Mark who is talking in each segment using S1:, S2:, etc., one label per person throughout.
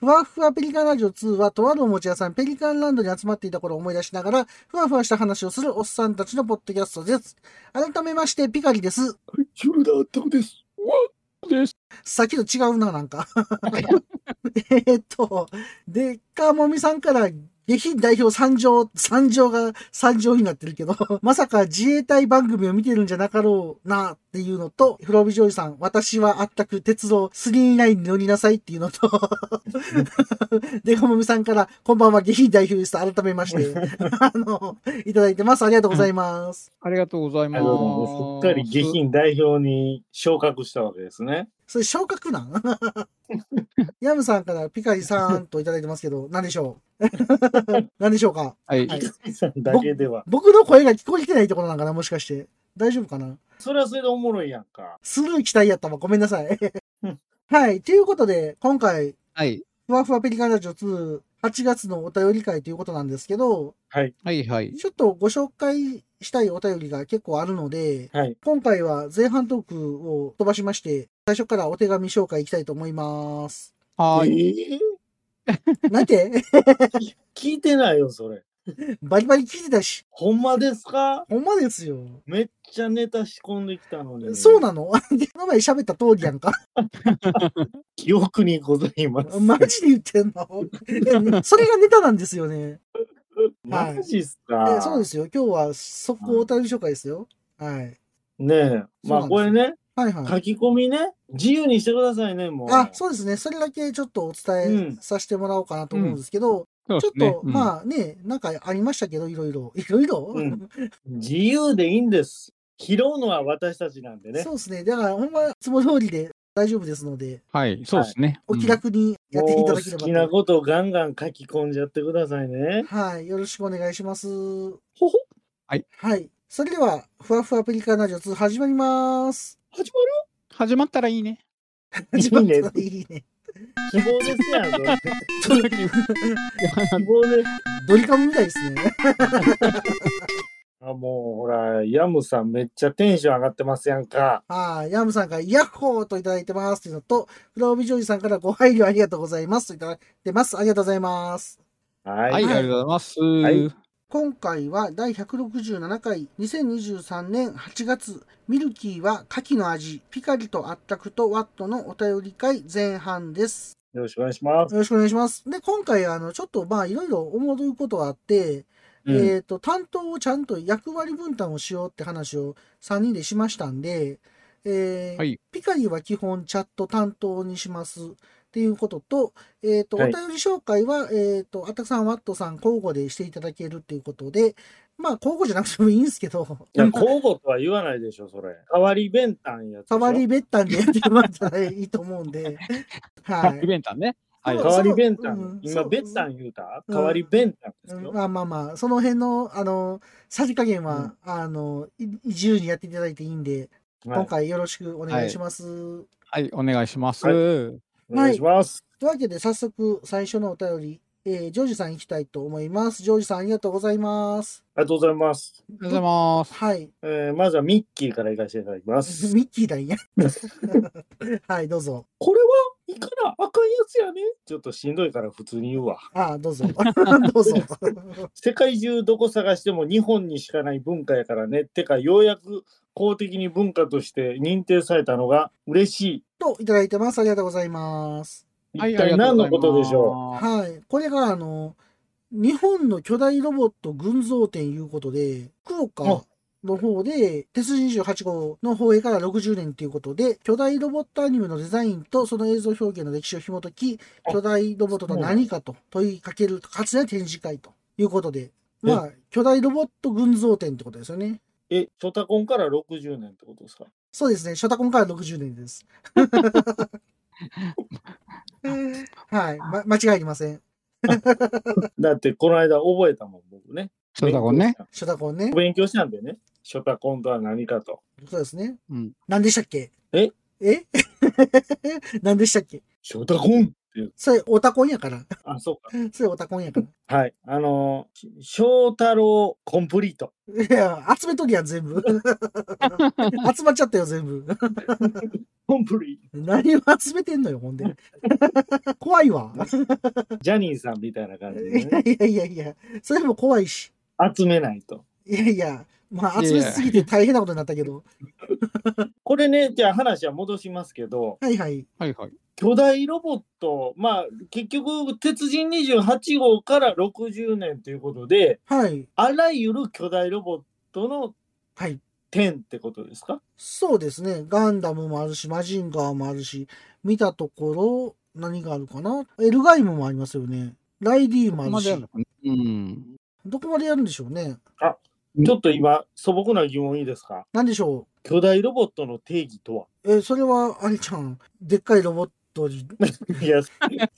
S1: ふわふわペリカンラジオ2は、とあるおもちゃ屋さん、ペリカンランドに集まっていた頃を思い出しながら、ふわふわした話をするおっさんたちのポッドキャストです。改めまして、ピカリです。
S2: ショルダータムです。
S1: さっきと違うな、なんか。 えーっと、でっかもみさんから、下品代表参上、参上が参上になってるけど、 まさか自衛隊番組を見てるんじゃなかろうなっていうのと、フロビジョイさん、私はあったく鉄道399に乗りなさいっていうのと、 でかもみさんから、こんばんは下品代表です。改めま して、あの、いただいてます。ありがとうございます。
S3: ありがとうござい
S2: あ
S3: ます。
S2: のすっかり下品代表に昇格したわけですね。
S1: それ昇格なん ヤムさんからピカリさんといただいてますけど、何でしょう 何でしょうか
S3: はい。
S1: はい
S2: さんだけでは。
S1: 僕の声が聞こえてないところなんかなもしかして。大丈夫かな
S2: それはそれでおもろいやんか。
S1: スルー期待やったわ。ごめんなさい
S2: うん。
S1: はい。ということで、今回、
S3: はい。
S1: ふわふわペリカンラジオ2、8月のお便り会ということなんですけど、
S3: はい。はい。
S1: ちょっとご紹介したいお便りが結構あるので、
S2: はい。
S1: 今回は前半トークを飛ばしまして、最初からお手紙紹介いきたいと思います。
S3: はい。
S2: えー
S1: なんて
S2: 聞いてないよ、それ。
S1: バリバリ聞いてたし。
S2: ほんまですか
S1: ほんまですよ。
S2: めっちゃネタ仕込んできたのに。
S1: そうなの でこの前喋った通りやんか。
S2: 記憶にございます。
S1: マジで言ってんの それがネタなんですよね。はい
S2: マジっす
S1: え
S2: か
S1: そうですよ。今日は速攻お便り紹介ですよ。はい。
S2: ねえ。まあ
S1: そう
S2: こ
S1: な
S2: れ
S1: ん
S2: ね、
S1: はいは
S2: 書
S1: い。
S2: き込みね、自由にしてくださいね、もう。
S1: あ、そうですね。それだけちょっとお伝
S2: う
S1: え
S2: ん
S1: させてもらおうかなと思うんですけど、
S3: そう
S1: ちょ
S3: で
S1: っ
S3: すね
S1: と、まあね、なんかありましたけど、いろいろ。い ろいろ、
S2: うん自由でいいんです。拾うのは私たちなんでね
S1: そ。うですね。だから、ほんま、いつも通りで大丈夫ですので、
S3: はい。そうですね。
S1: お気楽にやっていただけ
S2: もう
S1: れ
S2: 好きな
S1: ばと。
S2: ことをガンガン書き込んじゃってくださいね。
S1: はい。よろしくお願いします。
S2: ほほ
S1: はい。それでは、ふわふわペリカンラジオ2始まります。
S2: 始
S3: うん始まったらいいね。
S2: まるいい ね。
S1: いいね。
S2: 希望ですやん、それ。
S3: それだけ言う
S2: 希望で。
S1: ドリカムみたいですね。
S2: あ、もうほら、ヤムさんめっちゃテンション上がってますやんか。
S1: ああ、ヤムさんから、ヤッホーといただいてますというのと、フラオビジョージさんからご配慮ありがとうございますといただいてます。ありがとうございます。
S2: はい。
S3: はい。ありがとうございます。はい。
S1: 今回は第167回2023年8月、ミルキーは牡蠣の味、ピカリとあったくとワットのお便り会前半です。
S2: よろしくお願いします。
S1: よろしくお願いします。で、今回、あの、ちょっとまあ、いろいろ思うことはあって、
S2: うん
S1: えっと、担当をちゃんと役割分担をしようって話を3人でしましたんで、えー
S3: はい
S1: ピカリは基本チャット担当にしますっていうことと、えっ、と、
S2: はい
S1: お便り紹介は、えっ、と、アタクさん、ワットさん交互でしていただけるっていうことで、まあ、交互じゃなくてもいいんですけど、
S2: いや、 交互とは言わないでしょ、それ。代わり弁当やつでし
S1: 代
S2: ょ。
S1: わりべったんでやってもらったらいいと思うんで、 はい
S3: イ。ベントね。はい。
S1: そ
S2: 代
S1: う
S2: わり弁当
S1: うん。
S2: 今、
S1: そう
S2: べったん言うた
S1: うん
S2: 代わり弁当です
S1: うん
S2: よ。
S1: まあまあまあ、その辺の、あの、さじ加減は、あの、い自由にやっていただいていいんで、
S2: は
S1: 今
S2: い。
S1: 回よろしくお願いします。
S3: はい。お願いします。
S2: は
S3: は
S2: お願いします。
S1: というわけで、早速、最初のお便り、えージョージさん行きたいと思います。ジョージさん、ありがとうございます。
S2: ありがとうございます。
S3: い。おはようございま す。
S1: はい。
S2: えーまずはミッキーからいかせていただきます。
S1: ミッキーだいや。 はい、どうぞ。
S2: これはいかなあかんやつやね。ちょっとしんどいから普通に言うわ。
S1: ああ、どうぞ。 どう ぞ。
S2: 世界中どこ探しても日本にしかない文化やからね。てか、ようやく公的に文化として認定されたのが嬉し
S1: と、いただいてます。ありがとうございます。
S2: い。
S3: はい。
S2: 一体何のことでしょ
S3: ょ
S1: はい。これが、あの、日本の巨大ロボット群像展いうことで、福岡の方で、鉄人28号の放映から60年ということで、巨大ロボットアニメのデザインとその映像表現の歴史を紐解き、
S2: あ
S1: 巨大ロボットとは何かと問いかける、かつて展示会ということで、
S2: え
S1: まあ、巨大ロボット群像展ってことですよね。
S2: う。え、ショタコンから60年ってことですか
S1: そうですね、ショタコンから60年 です。 はい、ま、間違いありません。
S2: だって、この間覚えたもん、僕ね。
S3: ショタコンね。
S1: ショタコンね。
S2: 勉強したんでね。ショタコンとは何かと。
S1: そうですね。
S3: うん。
S1: 何でしたっけ
S2: え
S1: え 何でしたっけ
S2: ショタコンっていう。
S1: それオタコンやから。
S2: あ、そうか。
S1: それオタコンやから。
S2: はい。あのー、翔太郎コンプリート。
S1: いや、集めときや、全部。 集まっちゃったよ、全部。
S2: コンプリー
S1: 何を集めてんのよ、ほんで。怖いわ。
S2: ト。ジャニーさんみたいな感じで、
S1: い
S2: ね、
S1: やいやいや、それも怖いし。
S2: 集めないと。
S1: いやいや、まあ、集めすぎて大変なことになったけど。
S2: これね、じゃあ話は戻しますけど、
S1: はいはい。
S3: はいはい。
S2: 巨大ロボット、まあ、結局、鉄人28号から60年ということで、
S1: はい。
S2: あらゆる巨大ロボットの
S1: はい。
S2: 点ってことですか
S1: そうですね。ガンダムもあるし、マジンガーもあるし、見たところ、何があるかなエルガイムもありますよね。ライディーもあ
S3: ここま
S1: る
S3: でやる
S1: し
S3: の。かなうん。
S1: どこまでやるんでしょうね。
S2: ちょっと今、素朴な疑問いいですか
S1: なんでしょ
S2: 巨大ロボットの定義とは
S1: う。え、それは、あれちゃん、でっかいロボットに。
S2: いや、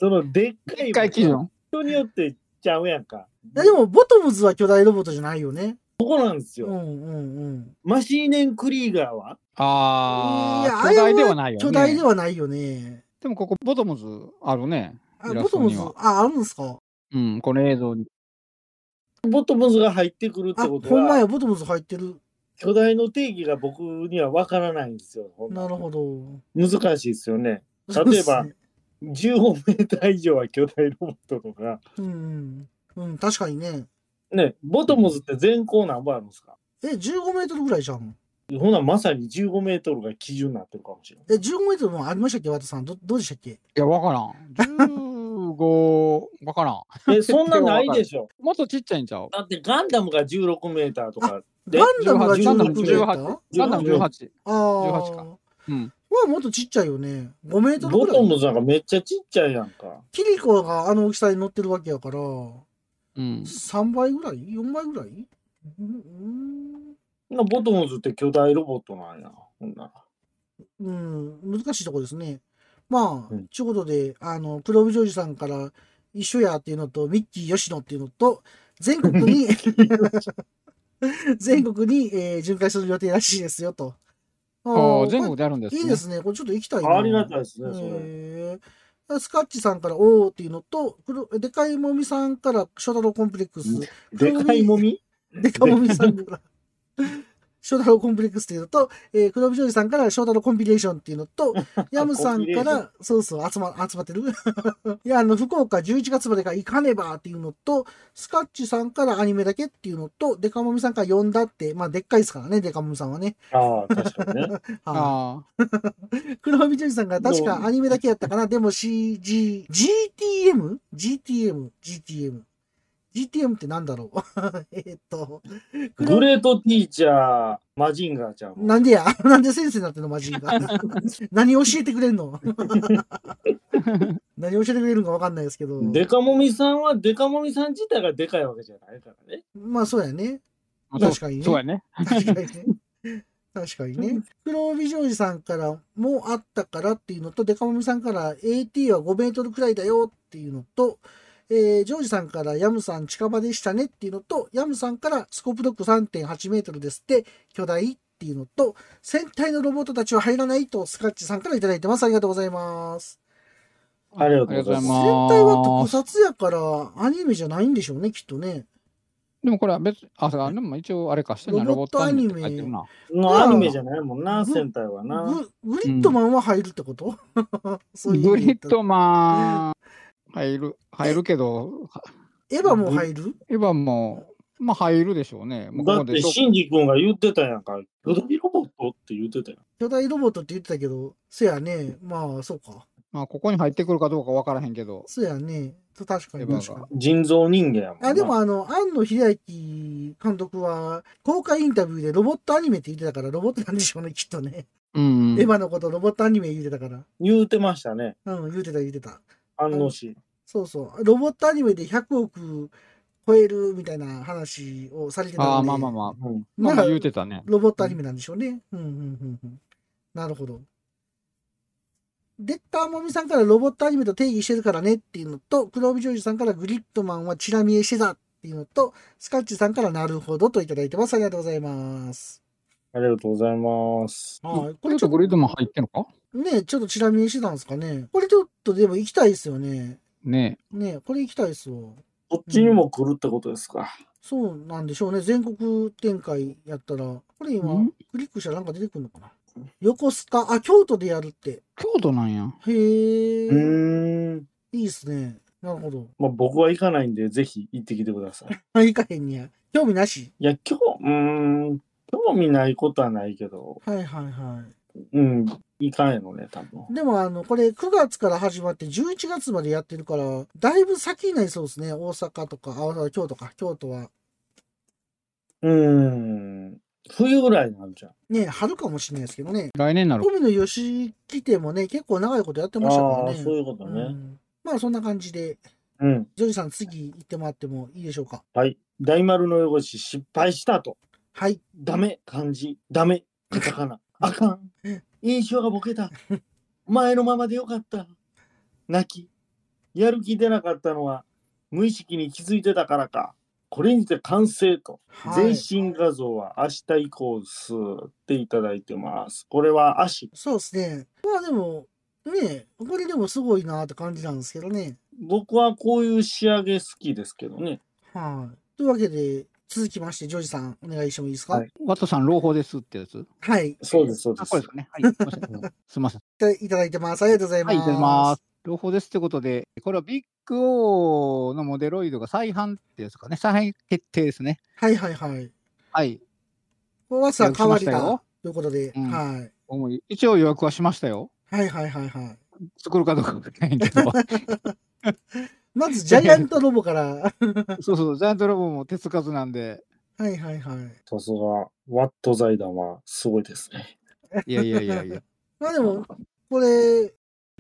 S2: そのでっかい
S3: 一回基準。
S2: 人によってちゃうやんか。
S1: いやでも、ボトムズは巨大ロボットじゃないよね。
S2: ここなんです
S1: う
S2: よ。
S1: んうんうん。
S2: マシーネン・クリーガーは
S3: ああ、
S1: い
S3: 巨
S1: やあれ
S3: 大ではないよね。
S1: 巨大ではないよね。
S3: でもここボトムズあるね。
S1: あ、ボ
S3: 偉
S1: ト
S3: そう
S1: ム
S3: に
S1: ズ
S3: は、
S1: あ、あるんですか
S3: うん、この映像に。
S2: ボトムズが入ってくるって
S1: あ、
S2: こと
S1: ほんま
S2: は、
S1: や、ボトムズ入ってる。
S2: 巨大の定義が僕にはわからないんですよ。ほんま
S1: なるほど。
S2: 難しいですよね。
S1: そう
S2: 例
S1: で
S2: え
S1: す
S2: ば
S1: ね、
S2: 15メーター以上は巨大ロボットとか、
S1: うんうん。うん、確かにね。
S2: ね、ボトムズって全高何本あるんですか
S1: え、15メートルぐらいじゃん。
S2: ほんならまさに15メートルが基準になってるかもしれない。
S1: え、15メートルもありましたっけ、ワトさん。ど、どうでしたっけ
S3: いや、わからん。15、わからん。
S2: え、そんなないでしょ。
S3: もっとちっちゃいんちゃう
S2: だってガンダムが16メーターとかで
S1: ガンダムが16
S2: 18
S1: メ
S2: 18
S1: ーター
S3: ガンダム18。
S1: ああ。
S3: 18か。うん。
S1: はもっとちっちゃいよね。5メートルぐ
S2: ボ
S1: ら
S2: ト
S1: い。
S2: ムズなんかめっちゃちっちゃいやんか。
S1: キリコがあの大きさに乗ってるわけやから、
S3: うん。
S1: 3倍ぐらい ?4 倍ぐらいうん、
S2: なボトムズって巨大ロボットなんや。ほんなら
S1: うん、うん難しいとこですね。まあ、
S2: うん
S1: ちゅうことで、あの、黒部ジョージさんから一緒やっていうのと、ミッキー吉野っていうのと、全国に、全国に、えー巡回する予定らしいですよと。あ
S3: あ
S1: ー
S3: あ、全国でやるんです、ね。
S1: いいですね。これちょっと行きたいな。
S2: あありがたいですね、それ。
S1: へえスカッチさんから、おーっていうのと、黒でかいもみさんから、ショタロコンプレックス。
S2: でかいもみ
S1: でかもみさんから、ショタロコンプレックスっていうのと、えー、黒部ジョージさんから、ショタロコンビネーションっていうの と、ヤムさん
S2: コ
S1: か
S2: ンビネーシ
S1: ら、そうそう、集ま、集まってる。 いや、あの、福岡11月までが行かねばっていうのと、スカッチさんからアニメだけっていうのと、でかもみさんから呼んだって、まあ、でっかいですからね、でかもみさんはね。
S2: ああ、確かにね。
S1: はい
S3: あ
S1: 黒帯ジョージさんが確かアニメだけやったかな。でも CG、GTM?GTM、GTM。GTM ってなんだろう えーっと、黒
S2: グレートティーチャー、マジンガーちゃん。
S1: なんでや なんで先生になってんのマジが。何教えてくれんの何教えてくれるのかわかんないですけど。
S2: デカモミさんはデカモミさん自体がでかいわけじゃないからね。
S1: まあそうやね。
S3: あ。
S1: 確かにね
S3: そうやね。
S1: 確かにね。 確かにね。黒帯ジョージさんからもあったからっていうのと、デカモミさんから AT は5メートルくらいだよっていうのと、えージョージさんからヤムさん近場でしたねっていうのと、ヤムさんからスコープドック3.8メートルですって、巨大っていうのと、戦隊のロボットたちは入らないとスカッチさんからいただいてます。ありがとうございます。
S2: ありがとうござい
S3: ありがとうござい
S2: ま。
S3: ます
S1: 戦隊は特撮やからアニメじゃないんでしょうね、きっとね。
S3: でもこれは別に、あ、そうあでも一応あれかしてな、
S1: ロボ
S3: ロボ
S1: ッ
S3: ッ
S1: ト
S3: ト
S1: ア
S3: ア
S1: ニ
S3: ニ
S1: メ
S3: メって書いてるな。
S2: のアニメじゃないもんな、
S1: うん
S2: 戦隊はな。
S1: ググリッドマンは入るってこと、 そういう意
S3: グ
S1: 味で言
S3: リ
S1: っ
S3: ッ
S1: たら
S3: ドマン、入る、入るけど、
S1: エヴァも入る
S3: エヴァも、まあ入るでしょうね。もうこ
S2: だ
S3: こ
S2: っ
S3: で
S2: て、シンジ君が言ってたやんか。巨大ロボットって言ってたやん。
S1: 巨大ロボットって言ってたけど、せやね。まあ、そうか。
S3: まあここに入ってくるかどうかわからへんけど。
S1: せやね。と確かに
S3: エヴァが
S1: 確かに。
S2: 人造人間やもんな。
S1: あでもあの、庵野秀明監督は、公開インタビューでロボットアニメって言ってたから、ロボットなんでしょうね、きっとね。
S3: うん
S1: エヴァのことロボットアニメ言ってたから。
S2: 言うてましたね、
S1: うん、言ってた言ってた。
S2: 安納市。
S1: そうそう。ロボットアニメで100億超えるみたいな話をされてたんで。
S3: ああ、まあまあまあ。
S2: うん
S3: ま
S1: ま
S3: あま
S1: あ
S3: あ言うてたね。
S1: ロボットアニメなんでしょうね。うん、うん、うん、うん。なるほど。デッカーもみさんからロボットアニメと定義してるからねっていうのと、黒帯ジョージさんからグリッドマンはチラ見えしてたっていうのと、スカッチさんからなるほどといただいてます。ありがとうございます。
S2: ありがとうございます。
S1: はい。こ
S3: こ
S1: れ
S3: れ
S1: ち
S3: ち
S1: ょっと
S3: ょっとグリッドマン入ってんのか
S1: ね、ちょっとチラ見えしてたんですかね。これちょっとでも行きたいですよね。
S3: ね
S1: ね、これ行きたいですよ。
S2: こっちにも来るってことですか。
S1: そうなんでしょうね。全国展開やったら、これ今
S3: ん、
S1: クリックしたらなんか出てくるのかな。横須賀、あ、京都でやるって。
S3: 京都なんや。
S1: へえ、
S2: うーん。
S1: いいですね。なるほど。
S2: まあ、僕は行かないんで、ぜひ行ってきてください。い
S1: あ、行かへんにや。興味なし。
S2: や、今日、うーん、興味ないことはないけど、
S1: はいはいは
S2: うん、行かないのね、多分。
S1: い。でもあの、これ9月から始まって11月までやってるから、だいぶ先になりそうですね。大阪とか、あ、京都か、京都は。
S2: うーん。冬ぐらいなんじゃん。
S1: ね、春かもしれないですけどね。
S3: 来年なの。
S1: 海の吉木店もね、結構長いことやってましたか
S2: ああ
S1: ら
S2: ー、
S1: ね。
S2: そういうこと
S1: う
S2: ね。
S1: んまあそんな感じで、
S2: うん。
S1: ジョージさん次行ってもらってもいいでしょうか。
S2: はい。大丸の汚し失敗したと。
S1: はい。
S2: ダメ、漢字。ダメ、カタ カナ。あかん。印象がボケた。前のままでよかった。泣き。やる気出なかったのは、無意識に気づいてたからか。これにて完成と。
S1: はい、
S2: 全身画像は明日以降ですっていただいてます。これは足。
S1: そうですね。まあでも、ね、これでもすごいなって感じなんですけどね。
S2: 僕はこういう仕上げ好きですけどね。
S1: はい。というわけで、続きまして、ジョージさん、お願いしてもいいですか。は
S2: はいい。
S3: ワットさん、朗報ですってやつ。
S2: そうです、そうで
S3: あ、
S2: す
S3: これ。ですかね。はい。すいません。すいません
S1: いただいてます。ありがとうございます。
S3: はい、いただきます。両方ですということで、これはビッグオーのモデロイドが再販ってやつかね、再販決定ですね。
S1: はいはいはい。
S3: はい。
S1: これはさ、変わり
S3: 予約しました
S1: た
S3: よ
S1: ということで、
S3: うん
S1: はい。
S3: 思い一応予約はしましたよ。
S1: はいはいはいはい。
S3: 作るかどうかわからないけ ど。
S1: まず、ジャイアントロボから。 は
S3: そうそう、ジャイアントロボも手つかずなんで、
S1: いはいはい。
S2: さすが、ワット財団はすごいですね。
S3: いやいやいやいや。
S1: まあでも、これ、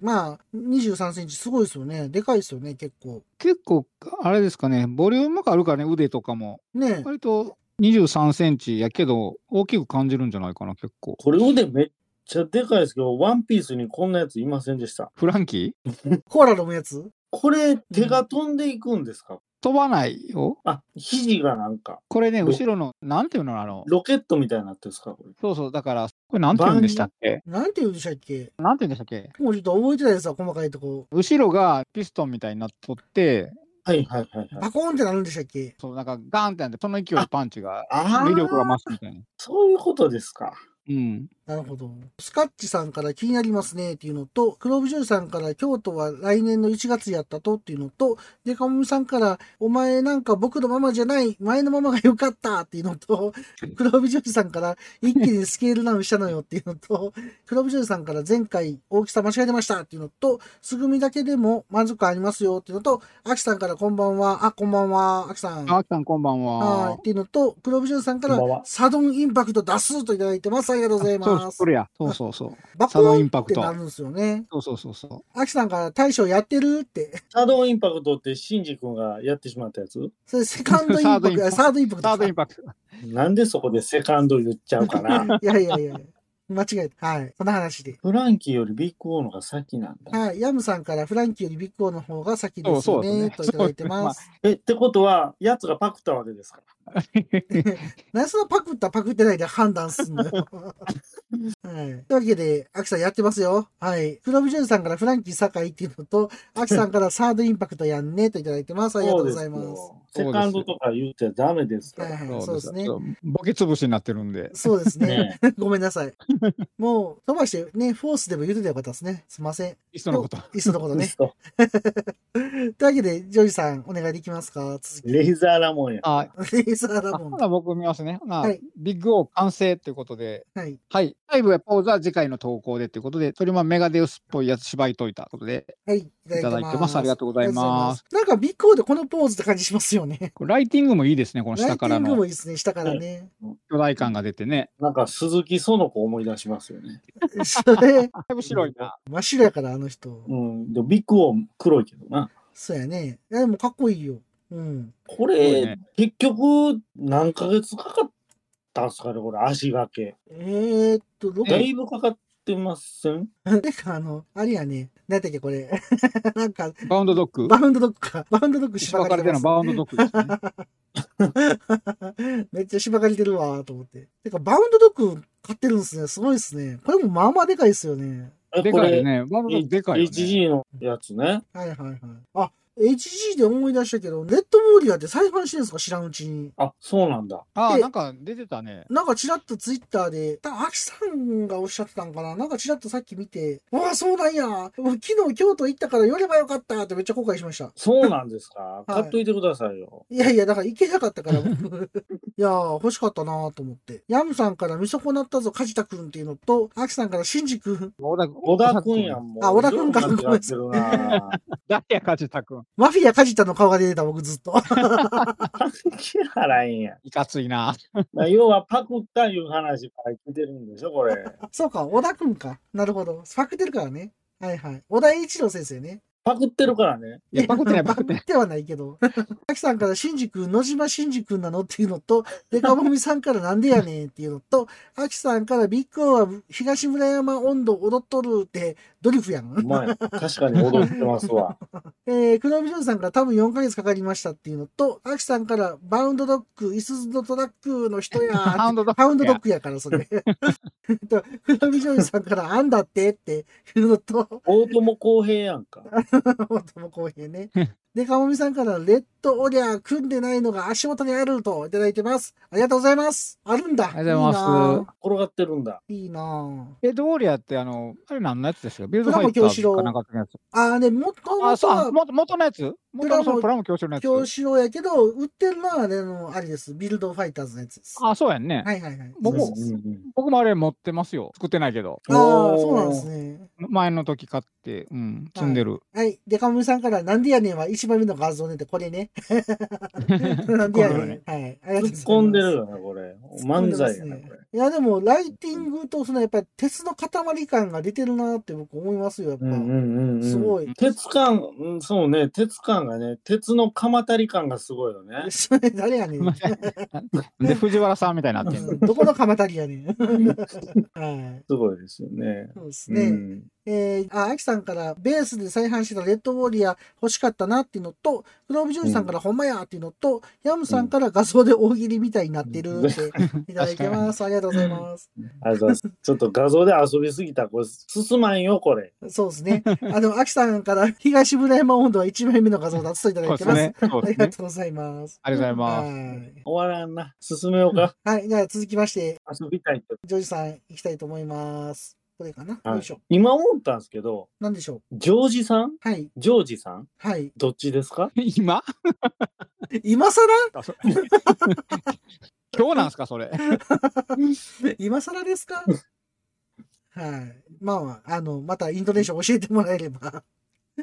S1: まあ、23センチすごいですよね。でかいですよね、結構。
S3: 結構、あれですかね、ボリュームがあるからね、腕とかも。
S1: ね
S3: 割と23センチやけど、大きく感じるんじゃないかな、結構。
S2: これ腕めっちゃでかいですけど、ワンピースにこんなやついませんでした。
S3: フランキー
S1: コアラのやつ
S2: これ、手が飛んでいくんですか、
S3: 飛ばないよ。
S2: あ、肘がなんか、
S3: これね、
S2: ロ
S3: 後ろの、なんていうのあの、
S2: ロケットみたいになってるんですかこれ。
S3: そうそう、だから、これなんていうんでしたっけ
S1: なんて言うんでしたっけ
S3: なんていうんでしたっけ
S1: もうちょっと覚えてないですわ、細かいとこ。
S3: 後ろがピストンみたいになっとって、
S2: はいはいはいはい。
S1: パコーンってなるんでしたっけ
S3: そうなんかガーンってなって、その勢いでパンチが、
S2: あ
S3: 威力が
S2: あ、
S3: 増すみたいな。
S2: そういうことですか。
S3: うん。
S1: なるほど。スカッチさんから気になりますねっていうのと、黒部城さんから京都は来年の1月やったとっていうのと、デカモミさんからお前なんか僕のままじゃない、前のままが良かったっていうの と、黒部城さんから一気にスケールダウンしたのよっていうのと、黒部城さんから前回大きさ間違えてましたっていうのと、すぐみだけでも満足感ありますよっていうのと、アキさんからこんばんは、あ、こんばんは、アキさん。
S3: あきさん、こんばん
S1: はい。
S3: は
S1: っ。ていうのと、黒部城さんか
S2: こんばん
S1: ら
S2: は
S1: サドンインパクト出すといただいてます。ありがとうござい
S3: そ
S1: ま
S3: う、
S1: す
S3: そ。れや。そうそうそう。
S1: バ
S3: サド
S1: コ
S3: ンイ
S1: ンっ
S3: ンパ
S1: て
S3: クト
S1: なるんですよね。
S3: そうそうそうそ
S1: アキさんから大将やってるって。
S2: シャドーインパクトって、シンジ君がやってしまったやつ
S1: それセカンドインパクト、サードインパ
S3: う。
S1: ク
S3: サ
S1: ト
S3: ードイ
S1: で
S3: ンパクト。
S2: なんでそこでセカンド言っちゃう かな
S1: すか。いやいやいやいや間違えた。はい。そんな話で。
S2: フランキーよりビッグオーのが先なんだ。
S1: はい。ヤムさんからフランキーよりビッグオーの方が先ですよね。と
S3: そうそうですね
S1: いただいてます。
S2: え、ってことは、やつがパクったわけですか
S1: 何そのパクったパクってないで判断すん のよ。はい。というわけで、アキさんやってますよ。はい。黒部ジョージさんからフランキー酒井っていうのと、アキさんからサードインパクトやんねといただいてます。ありがとうございま。
S2: そうですよセカンドとか言ってダメですか
S1: はい
S2: ら。
S1: はい。そうですね。
S3: ボケつぶしになってるんで。
S1: そうですね。
S2: ね
S1: ごめんなさ い。もう飛ばしてね、フォースでも言ってたよかったですね。すいません。
S3: いっそのこと。
S1: いっそのこと ね。
S2: 嘘
S1: というわけで、ジョージさん、お願いできますか続
S2: レイザーラモンや。
S3: あ、
S1: き。レーザーラ
S3: あ
S1: モ
S3: ほ
S1: ン。
S3: ら僕見ますね。ほな
S1: はい
S3: ビッグオー完成ということで。
S1: はい。
S3: はい。ライブやポーズは次回の投稿でということで、それもメガデウスっぽいやつ芝居といたことで、
S1: はい。いた
S3: いただいてます。ありがとうござ
S1: ありがとうござい
S3: います。。
S1: ますなんか、ビッグオーでこのポーズって感じしますよ ね。
S3: これライティングもいいですね、この
S1: ラ
S3: 下
S1: イテ
S3: か
S1: ィ
S3: ら
S1: ングも
S3: の
S1: いいですね、下からね。
S3: 巨大感が出てね。
S2: なんか鈴木園子思い出しますよね。
S1: それ、
S3: だいぶ白いな。
S1: 真っ白やから、あの人
S2: う。ん。でもビッグオン黒いけどな。
S1: そうやね。いや、でもかっこいいよ。うん。
S2: こ
S3: すごい
S2: れ、
S3: ね
S2: 結局何ヶ月かかったんすかねこれ足掛け。
S1: えー、っと、
S2: だ
S1: 6
S2: いぶかかってません
S1: てか、あの、あれやね。なんだっけ、これ。 なんか、
S3: バウンドドッグ
S1: バウンドドッグか。バウンドドッグ
S3: 芝刈りでのバウンドドッグですね。
S1: めっちゃ芝刈りて るわーと思って。てか、バウンドドッグ買ってるんですね。すごいですね。これもまあまあでかいですよね。
S2: え
S3: で
S2: こ
S3: かいよ
S2: れ、
S3: ね。バブルでかいよ、ね。
S2: HG のやつね。
S1: はいはいはい。あ、HG で思い出したけど、ネットウォーリアーって再販してるんですか知らんうちに。
S2: あ、そうなんだ。
S3: ああ、なんか出てたね。
S1: なんかちらっとツイッターで、たアキさんがおっしゃってたんかななんかちらっとさっき見て、わあ、そうなんや。もう昨日京都行ったから寄ればよかったってめっちゃ後悔しました。
S2: そうなんです か。
S1: い
S2: 買っといてくださいよ。
S1: いやいや、だから行けなかったから僕。いやー、欲しかったなーと思って。ヤムさんから見損なったぞ、梶田くんっていうのと、アキさんからシンジくん、
S3: 小田
S2: 小田くんやん、もう。
S1: あ小田くんか
S2: 上手になってるな。
S3: 誰や、梶田君。
S1: マフィア梶田の顔が出てた僕ずっと。
S2: 関係あらへんやん。
S3: いかついな。
S2: まあ要はパクったいう話から来てるんでしょ、これ。
S1: そうか、小田くんか。なるほど。パクってるからね。はいはい。小田栄一郎先生ね。
S2: パクってるからね。
S3: いや、パクってない、パ
S1: パ
S3: ク
S1: ク
S3: っ
S1: って
S3: ない。
S1: てはないけど。アキさんから、シンジ君、野島シンジ君なのっていうのと、デカモミさんからなんでやねんっていうのと、アキさんから、ビッグオーは東村山温度踊っとるって、ドリフや。
S2: うんまい。確かに踊ってます わ。
S1: えー、黒美女さんから多分4ヶ月かかりましたっていうのと、アキさんから、バウンドドッグ、イスズのトラックの人やーって
S3: ハウンドドッグ
S1: ハウンドドッグやから、それ。 と、黒美女さんから、あんだってっていうのと、
S2: 大友康平やんか。
S1: 本当も公平ね。で、かもみさんから、レッドオリャー組んでないのが足元にあるといただいてます。ありがとうございます。あるんだ。
S3: ありがとうございま
S2: 転がってるんだ。
S1: いいなぁ。いいなぁ
S3: え、ドーリアって、あの、あれ何のやつですかビルド
S1: プラ
S3: ファ
S1: モ
S3: イター
S1: 京志郎
S3: かなんかのやつ。
S1: あーね、もっ
S3: あ、
S1: と
S3: そうあ、
S1: は、
S3: 元元のやつ元のその
S1: プ
S3: プ
S1: ラ
S3: ラモ教師のやつ。
S1: 京志郎やけど、売ってるのは、ね、あの、あれです。ビルドファイターズのやつです。は
S3: あ、そうやんね。
S1: いはいはい。
S3: 僕も
S2: うんうん
S3: 僕もあれ持ってますよ。作ってないけど。
S1: ああ、そうなんですね。
S3: 前の時買って、うん、積んでる。
S1: はい。で、かもみさんから、なんでやねんは一番目の画像ねって、これ ね。なんでやねん。はい。ありがとうござい
S2: 突っ
S1: ます。
S2: 込んでるよね、これ。漫才や
S1: 突っ込んでます
S2: ね、
S1: ね
S2: これ。
S1: いや、でも、ライティングと、その、やっぱり、鉄の塊感が出てるなって僕思いますよ、やっぱ。
S2: うんうんうんうん
S1: すごい。。
S2: 鉄感、うんそうね、鉄感がね、鉄の鎌足り感がすごいよね
S1: それ 誰や ねん。
S3: まで、藤原さんみたいになってんの。
S1: どこの鎌足りやね ん。はい。
S2: すごいですよね。
S1: そうですね。
S2: うん
S1: えー、あ、アキさんから、ベースで再販してたレッドウォーリアー欲しかったなっていうのと、グローブジョージさんからほんまやっていうのと、ヤムさんから画像で大喜利みたいになってるっていただいてます。ありがとうございます。
S2: ありがとうございますちょっと画像で遊びすぎた。これ、進まんよ、これ。
S1: そうですね。あの、アキさんから東村山温度は1枚目の画像だといただい
S3: そ
S1: うて
S3: です
S1: ます。
S3: ね。そう
S1: あ
S3: で
S1: り
S3: すね
S1: が。とうございます。
S3: ありがとうございます。
S1: はい。
S2: 終わらんな。進めよ うか。
S1: はい。じゃあ続きまして、
S2: 遊びたいって。
S1: ジョージさん行きたいと思います。これかな、
S2: はい
S1: よいしょ。
S2: 今思ったんですけど、
S1: なんでしょう
S2: ジョージさん
S1: はい。
S2: ジョージさん
S1: はい。
S2: どっちですか
S3: 今
S1: 今更
S3: あそ今日なんですか、それ。
S1: 今更です かはい。まあまあ、あの、またイントネーション教えてもらえれば。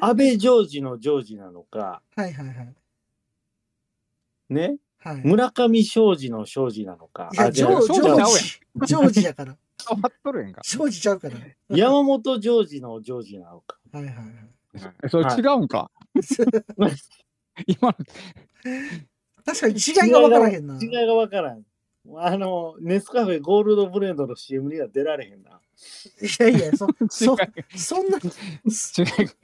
S2: 安倍ジョージのジョージなのか、
S1: はいはいはい。
S2: ね、
S1: はい。
S2: 村上庄司の庄司なのか
S1: い、や、
S2: あ
S1: ジ
S2: じ
S1: ョ
S2: ゃあ
S1: ージ、ジ
S3: ジョージ
S1: ョ
S3: ちゃう
S1: ージ、ジョージやから。
S3: 変わっとるやんか。
S1: ジョージちゃうから。はい
S2: 山本ジョージのジョージなのか。
S1: はいはい。
S3: それ違うんか。今の、
S1: 確かに違いが分からへんな。
S2: 違いがわからん。あの、ネスカフェゴールドブレンドの CM には出られへんな。
S1: いやいや、そ、そ、
S3: 違
S1: そんな、
S3: い、違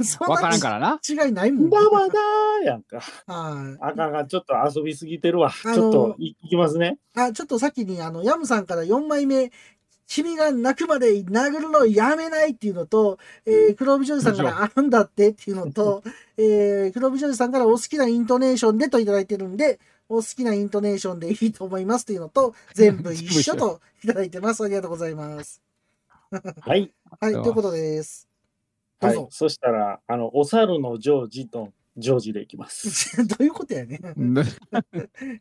S3: い、
S1: そ
S3: わからん
S1: ん
S3: からな。
S1: な違いないもん。
S2: ババだーやんか。
S1: はい。
S2: あかんあかん、ちょっと遊びすぎてるわ。ち
S1: あのー
S2: ょっといいきますね。
S1: あ、ちょっとさっきに、あの、ヤムさんから4枚目、君が泣くまで殴るのやめないっていうのと、えー、黒帯女優さんからあんだってっていうのと、えー、黒帯女優さんからお好きなイントネーションでといただいてるんで、お好きなイントネーションでいいと思いますっていうのと、全部一緒といただいてます。ありがとうございます。
S2: はい。
S1: はい、
S3: では
S1: ということです。どう
S2: は
S1: ぞ
S2: い。。そしたら、あの、お猿のジョージとジョージでいきま す。
S1: どういうことやね。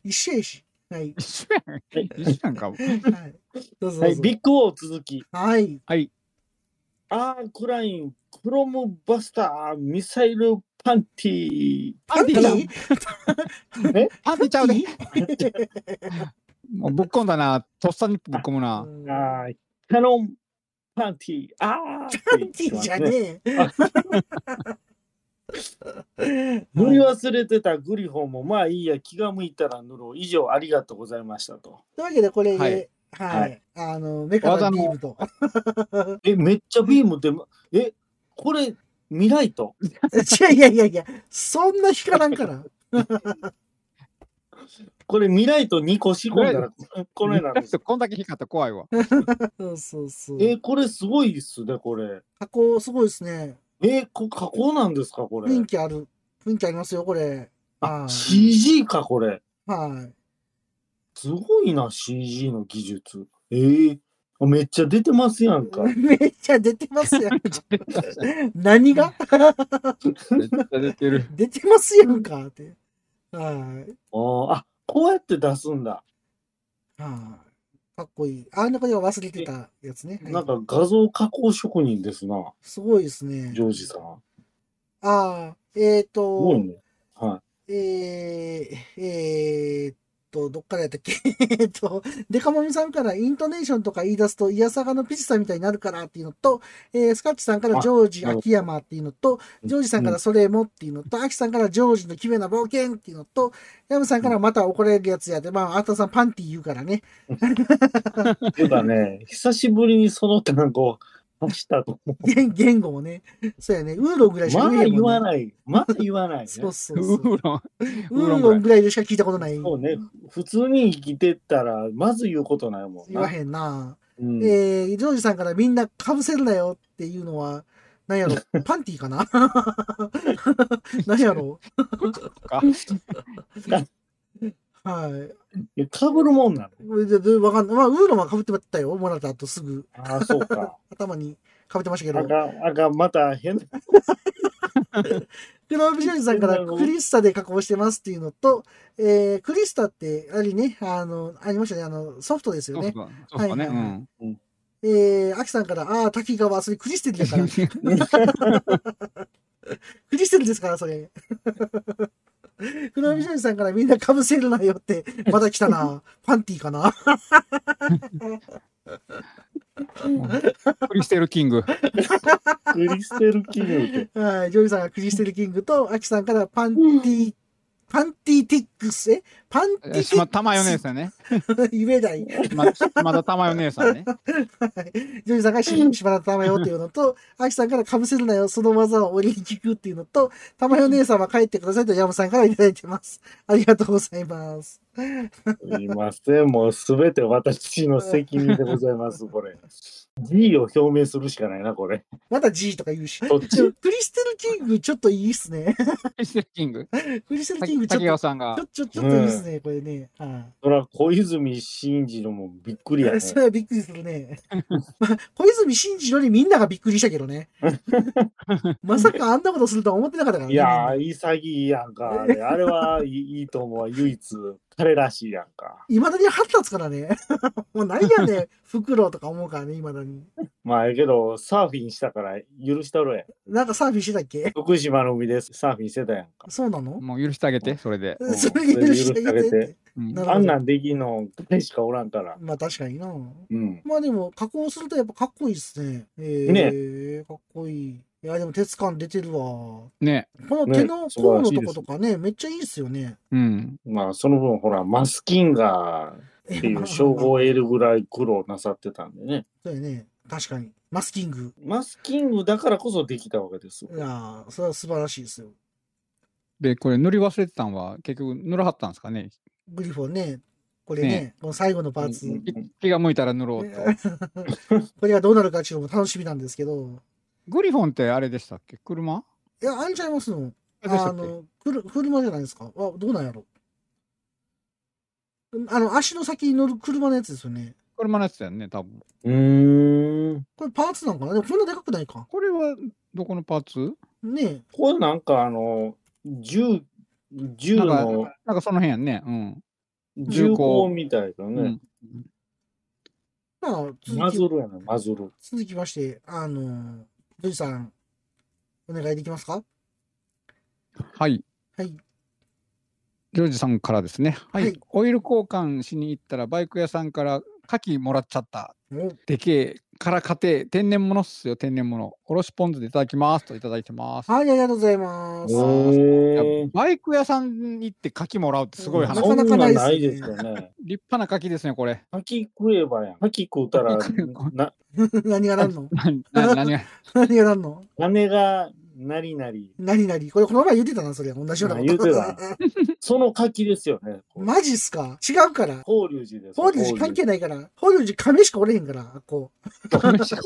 S1: 一緒やし。はい。
S3: 一緒やん。一緒やんか。
S1: はい、どうぞど
S2: は
S1: う
S2: い、
S1: ぞ。
S2: ビッグオー続き。
S1: はい。
S2: アークライン、クロムバスター、ミサイルパンティ
S3: パンティ
S1: パンテ
S3: ー
S1: ィ
S3: パンティーちゃうで。
S1: ー
S3: もうぶっこんだな。とっさにぶっこむな。
S2: ー、あーキャノンパンティー、あー
S1: パ
S2: パ
S1: ンティーじゃねえ。
S2: 塗り忘れてたグリフォンもまあいいや気が向いたら塗ろう以上ありがとうございましたと
S1: というわけで、これ、は
S3: はいい、
S1: あの、メカ
S3: 技
S1: ダ
S3: の
S1: ビームと。
S2: えめっちゃビームでもえこれ未来と
S1: いやいやいやいや、そんな光らんから。
S2: これ未来と2個仕込んだら、これなんですよ。
S3: こんだけ光ったら怖いわ。
S1: そうそうそう。
S2: えー、これすごいですね、これ。
S1: 加工すごいですね。
S2: えー、こ加工なんですか、これ。
S1: 雰囲気ある。雰囲気ありますよ、これ。
S2: あ
S1: は、い
S2: CG か、これ。
S1: はい。
S2: すごいな、CG の技術。えー、あめっちゃ出てますやんか。
S1: めっちゃ出てますやんか。何が
S3: めっちゃ出てる。
S1: 出てますやんかって。はい。
S2: あーあ、こうやって出すんだ。
S1: はい。かっこいい。あ、なんかでは忘れてたやつね。はい
S2: なんか画像加工職人ですな、
S1: すごいですね
S2: ジ。ョージさん。す
S1: ああ、えっ、ー、
S2: ごい
S1: と、
S2: ね。は
S1: えー、えーっと、どっからやったっけ えーっと、デカモミさんからイントネーションとか言い出すと、イヤサガのピチさんみたいになるからっていうのと、えースカッチさんからジョージ秋山っていうのと、
S2: い。
S1: ジョージさんからそれもっていうのと、アキさんからジョージの奇妙な冒険っていうのと、ヤムさんからまた怒られるやつやで、まあ、アータさんパンティ言うから ね。
S2: そう だね。久しぶりにその単語を発したと思う。
S1: 言言語もね。そうやね。ウーロンぐらいし
S2: ま
S1: か
S2: あ
S1: 言えへん
S2: 言
S1: も
S2: わ
S1: んね。
S2: ない。まあ言わない、ね。
S1: そうそう
S3: ウ
S1: そう。
S3: ー ロン。
S1: ウ
S3: ウ
S1: ー
S3: ー
S1: ロ
S3: ロ
S1: ンぐ
S3: ンぐ
S1: ら
S3: ら
S1: い
S3: い
S1: でしか聞いたことない。
S2: そうね。普通に生きてったら、まず言うことないもん
S1: 言わ
S2: な。
S1: へんな。
S2: うん
S1: えー、ジョージさんからみんなかぶせるなよっていうのは、なん やろパンティかな なんやろ
S3: か
S1: はい
S2: やかぶるもんなの。
S1: い。これでどうわかんない。まあ、ウーロンはかぶってまったよ。もらった後すぐ。
S2: ああ、そう か。
S1: 頭にかぶってましたけ
S2: あ
S1: ど。
S2: かん、あかん、また変な。
S1: 黒帯ジョージさんからクリスタで加工してますっていうのと、えー、クリスタって、あれね、あの、ありましたね、あの、ソフトです
S3: そ
S1: よ
S3: うか
S1: ね。
S3: そうかね。
S1: はいは
S3: う
S1: いはい
S3: ん。
S1: えー、アキさんから、ああ、滝川、それクリステルだから。クリステルですから、それ。 黒帯ジョージさんからみんな被せるなよって、まだ来たな。パンティーかな。
S3: クリステルキング。
S2: クリステルキングって。
S1: はい、ジョージさんがクリステルキングと、アキさんからパンティー、パンティーティックス、えパンティーティックス。
S3: 島玉代姉さんね。
S1: 言えない。
S3: 島島田玉代姉さ んね。
S1: ジョージさんがししばらくたまよっていうのと、アキさんからかぶせるなよ、その技を俺に聞くっていうのと、たまよ姉さんは帰ってくださいとヤムさんからいただいてます。ありがとうございます。
S2: すいません。もうすべて私の責任でござ います、これ。G を表明するしかないな、これ。
S1: また G とか言うし。
S2: どっ
S1: でも
S2: ち
S1: クリステルキングちょっといいっすね。
S3: クリステルキング。
S1: クリステルキングちょっと、
S3: 滝
S1: ち
S3: 川
S1: ょ
S3: さんが。
S1: ちょちょっといいっすね、これね。はい
S2: そら、小泉進次のもびっくりや ね。
S1: それはびっくりするね。 まあ小泉進次郎にみんながびっくりしたけど ね。まさかあんなことするとは思ってなかったからね。
S2: いやー、潔いやんか。あれあれはいいいいと思うわ。唯一、彼らしいやんか。
S1: いまだに腹立つからね。 もう何やねん、フクロウとか思うからね、いまだに。
S2: まあ、やけど、サーフィンしたから許したろや。
S1: なんかサーフィンしてたっけ
S2: 福島の海でサーフィンしてたやんか。
S1: そうなの
S3: もう許してあげて、それで。
S2: ん
S1: それ許してあげ
S2: それ許してあげ
S1: て
S2: て。
S3: うん
S1: なるほど
S2: あんなんできんの、彼しかおらんから。
S1: まあ確かにな。
S2: うん。
S1: まあでも、加工するとやっぱかっこいいっすね。えー、かっこいい。いや、でも鉄感出てるわ。こ
S3: ね。
S1: の手の
S2: ね素晴
S1: 甲
S2: ら
S1: の
S2: しい
S1: と
S2: で
S1: こ
S2: す
S1: とかね、めっちゃいいっすよね。
S3: うん。
S2: まあ、その分、ほら、マスキンガー
S1: え
S2: ってい
S1: まあ
S2: う称号を得るぐらい苦労なさってたんでね。
S1: そうやね。確かに。マスキング。
S2: マスキングだからこそできたわけですよ
S1: い。やーそれは素晴らしいですよ。
S3: で、これ塗り忘れてたんは、結局塗らはったんですかね。
S1: グリフォンね、これね、
S3: ね
S1: この最後のパー ツ、
S2: うん
S3: 気が向いたら塗ろうと。
S1: これがどうなるかちょっと楽しみなんですけど、
S3: グリフォンってあれでしたっけ車
S1: いや、あれちゃいますの。
S3: あれでした
S1: あ
S3: っけ
S1: の、くる車じゃないですか。あ、どうなんやろ。あの、足の先に乗る車のやつですよね。
S3: 車のやつだよね、多分。
S2: うーん。
S1: これパーツなんかなでもこんなでかくないか。
S3: これは、どこのパーツ
S1: ね
S2: これなんか、あの、銃、銃
S3: なんか
S2: の、
S3: なんかその辺やんね。うん。
S2: 銃口みたいな
S3: う
S2: ね
S3: ん。
S1: え。まあ、続
S2: マズ
S1: き、
S2: ルやね、マズル。
S1: 続きまして、あの、ジョージさん、お願いできますか
S3: はい。
S1: はい。
S3: ジョージさんからですね。はい。
S1: はい
S3: オイル交換しに行ったら、バイク屋さんから、牡蠣もらっちゃった。
S1: お
S3: でけえ、から家庭、天然物っすよ、天然物。おろしポン酢でいただきますといただいてます。
S1: はい、ありがとうございます。
S3: いや
S2: おー
S3: バイク屋さんに行って牡蠣もらうってすごい
S1: ー
S3: 話。
S1: うん
S2: そんな
S1: なかなかな
S2: ないい
S1: で
S2: ですす
S1: よ
S2: よね。
S3: 立派な牡蠣ですね、これ。
S2: 柿食えばやん。柿食うたら、な
S3: 柿食う
S2: な
S1: 何がなんの
S3: 何何が
S1: 何がなんの
S2: 金が何々。
S1: 何々これ、この前言ってたな、それ。同じようなこと。
S2: 言うてたその柿ですよね。
S1: マジっすか違うから。
S2: 法隆寺です。
S1: 法隆寺関係ないから。法隆寺亀しかおれへんから、こ
S2: 法隆